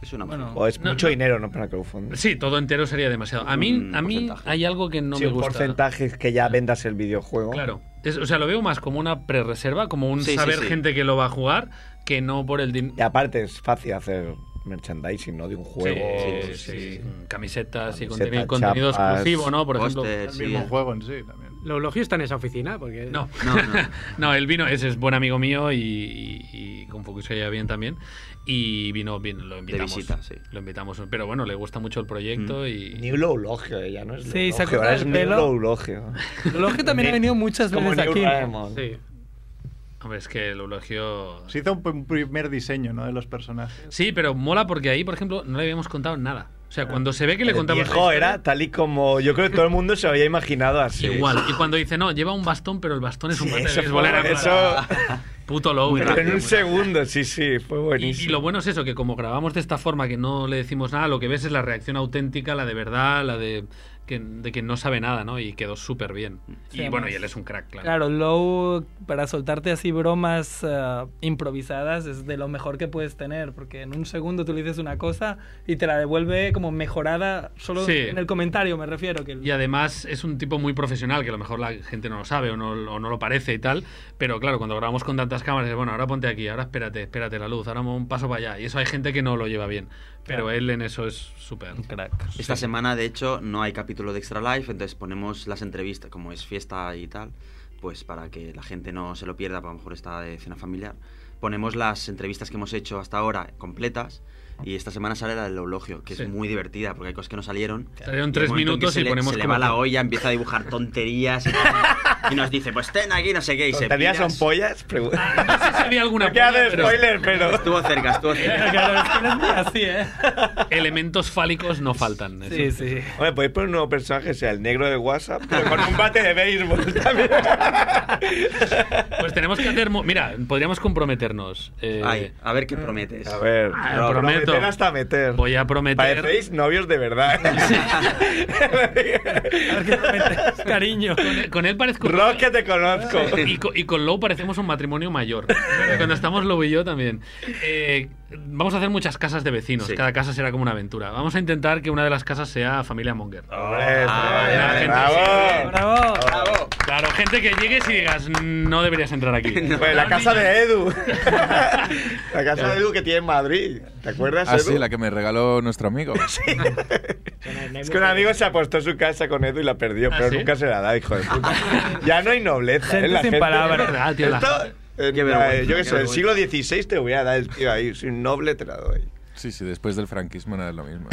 Speaker 2: es una
Speaker 6: Bueno,
Speaker 3: o es
Speaker 6: no,
Speaker 3: mucho
Speaker 6: no.
Speaker 3: dinero, ¿no? Para crowdfunding.
Speaker 6: Sí, todo entero sería demasiado. A mí, a mí hay algo que no
Speaker 3: Mm, Sí,
Speaker 6: me
Speaker 3: un
Speaker 6: gusta.
Speaker 3: porcentaje es que ya vendas el videojuego.
Speaker 6: Claro. Es- o sea, lo veo más como una pre-reserva, como un
Speaker 3: Sí, sí,
Speaker 6: saber
Speaker 3: sí.
Speaker 6: gente que lo va a jugar, que no por el dinero.
Speaker 3: Y aparte es fácil hacer merchandising, ¿no? De un juego. Pues
Speaker 6: sí, sí. Camisetas y
Speaker 3: Camisetas,
Speaker 6: contenido, contenido
Speaker 3: chapas,
Speaker 6: exclusivo, ¿no? Por ejemplo.
Speaker 3: pósters,
Speaker 1: El
Speaker 2: eh.
Speaker 1: mismo juego en sí también.
Speaker 20: ¿Lo logio está en esa oficina? Porque...
Speaker 6: No. no, él vino, ese es buen amigo mío y, y- y con Focus ya bien también. Y vino bien, lo invitamos.
Speaker 2: visita, sí.
Speaker 6: Lo invitamos. Pero bueno, le gusta mucho el
Speaker 3: Mm.
Speaker 6: proyecto y.
Speaker 3: New Low Logio, eh, ya no es
Speaker 4: Sí,
Speaker 3: Low
Speaker 4: se
Speaker 3: Logio,
Speaker 4: ha cortado
Speaker 3: ahora es
Speaker 4: el
Speaker 3: New
Speaker 4: pelo.
Speaker 3: Low Logio.
Speaker 4: Logio también ha venido muchas
Speaker 3: Como
Speaker 4: veces
Speaker 3: New
Speaker 4: aquí.
Speaker 3: Diamond.
Speaker 6: Hombre, es que el eulogio.
Speaker 1: Se hizo un, p- un primer diseño, ¿no? De los personajes.
Speaker 6: Sí, pero mola porque ahí, por ejemplo, no le habíamos contado nada. O sea, cuando se ve que le
Speaker 3: Ah. El
Speaker 6: contamos. este? la
Speaker 3: viejo
Speaker 6: historia-
Speaker 3: era tal y como yo creo que todo el mundo se lo había imaginado así.
Speaker 6: Igual. Y cuando dice, no, lleva un bastón, pero el bastón es un bate de
Speaker 3: eso
Speaker 6: béisbol,
Speaker 3: fue-
Speaker 6: era
Speaker 3: eso-
Speaker 6: para- Puto low.
Speaker 3: Pero en un segundo, sí, sí, fue
Speaker 6: Y, y
Speaker 3: buenísimo.
Speaker 6: lo bueno es eso, que como grabamos de esta forma, que no le decimos nada, lo que ves es la reacción auténtica, la de verdad, la de, que, de quien no sabe nada, ¿no? Y quedó súper bien.
Speaker 4: Sí,
Speaker 6: y
Speaker 4: además-
Speaker 6: bueno, y él es un crack, claro.
Speaker 4: Claro, Low, para soltarte así bromas eh, improvisadas es de lo mejor que puedes tener, porque en un segundo tú le dices una cosa y te la devuelve como mejorada, solo
Speaker 6: Sí.
Speaker 4: en el comentario me refiero. Que el-
Speaker 6: Y además es un tipo muy profesional, que a lo mejor la gente no lo sabe o no, o no lo parece y tal. Pero claro, cuando grabamos con tantas cámaras, es, bueno, ahora ponte aquí, ahora espérate, espérate la luz, ahora un paso para allá. Y eso hay gente que no lo lleva bien. Pero él en eso es súper.
Speaker 4: Crack.
Speaker 2: Esta semana, de hecho, no hay capítulo de Extra Life, entonces ponemos las entrevistas, como es fiesta y tal, pues para que la gente no se lo pierda, porque a lo mejor está de cena familiar. Ponemos las entrevistas que hemos hecho hasta ahora completas y esta semana sale la del eulogio, que
Speaker 6: Sí.
Speaker 2: es muy divertida, porque hay cosas que no salieron. Y
Speaker 6: Salieron
Speaker 2: el
Speaker 6: tres
Speaker 2: momento en que
Speaker 6: minutos
Speaker 2: se
Speaker 6: y
Speaker 2: le-
Speaker 6: ponemos
Speaker 2: Se le
Speaker 6: como
Speaker 2: va la
Speaker 6: que-
Speaker 2: olla, empieza a dibujar tonterías. y- y nos dice, pues ten aquí, no sé qué. Y se
Speaker 3: ¿Tonterías
Speaker 2: piras.
Speaker 3: son pollas?
Speaker 6: No sé si había alguna
Speaker 3: ¿Qué haces,
Speaker 6: Ah, pero-
Speaker 3: spoiler, pero...?
Speaker 2: Estuvo cerca, estuvo
Speaker 6: Claro, es que no es así, ¿eh? Elementos fálicos no faltan. eso.
Speaker 3: Oye, podéis poner un nuevo personaje, que sea el negro de WhatsApp, pero con un bate de béisbol también.
Speaker 6: Pues tenemos que hacer. mo- Mira, podríamos comprometernos. eh,
Speaker 2: Ay, a ver qué prometes.
Speaker 3: A ver,
Speaker 6: Ah,
Speaker 3: no,
Speaker 6: prometo.
Speaker 3: prometer hasta meter.
Speaker 6: Voy a prometer.
Speaker 3: Parecéis novios de verdad.
Speaker 6: Cariño. Con él, con él parezco.
Speaker 3: Rock, que te conozco.
Speaker 6: Y con, y con Lowe parecemos un matrimonio mayor. Cuando estamos Lowe y yo también. Eh, vamos a hacer muchas casas de vecinos.
Speaker 3: Sí.
Speaker 6: Cada casa será como una aventura. Vamos a intentar que una de las casas sea familia Monger.
Speaker 3: Oh.
Speaker 6: Ah,
Speaker 3: vale,
Speaker 6: La
Speaker 3: vale,
Speaker 6: gente-
Speaker 3: bravo.
Speaker 6: ¡Bravo! Claro, gente que llegues y digas, no deberías entrar aquí.
Speaker 3: Pues la casa de Edu. la casa de Edu que tiene en Madrid. ¿Te acuerdas,
Speaker 7: Ah,
Speaker 3: Edu?
Speaker 7: sí, la que me regaló nuestro amigo.
Speaker 3: Es que un amigo se apostó su casa con Edu y la perdió,
Speaker 6: ¿Ah,
Speaker 3: pero
Speaker 7: sí?
Speaker 3: nunca se la da, hijo de puta. Ya no hay nobleza.
Speaker 6: Gente
Speaker 3: ¿eh? La
Speaker 6: sin palabras.
Speaker 3: Esto,
Speaker 6: Ah, tío, la-
Speaker 3: en
Speaker 6: Qué
Speaker 3: la-
Speaker 6: vergüenza,
Speaker 3: yo
Speaker 6: qué
Speaker 3: que sé, el
Speaker 6: vergüenza.
Speaker 3: siglo XVI te voy a dar el tío ahí. Soy un noble, te la doy.
Speaker 7: Sí, sí, después del franquismo no es lo mismo.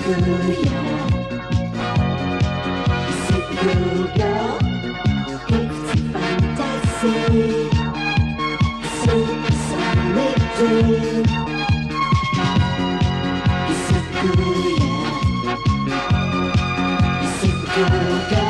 Speaker 12: dream, supergirl, supergirl. Empty fantasy, supersonic dream. It's a good, yeah. It's a good,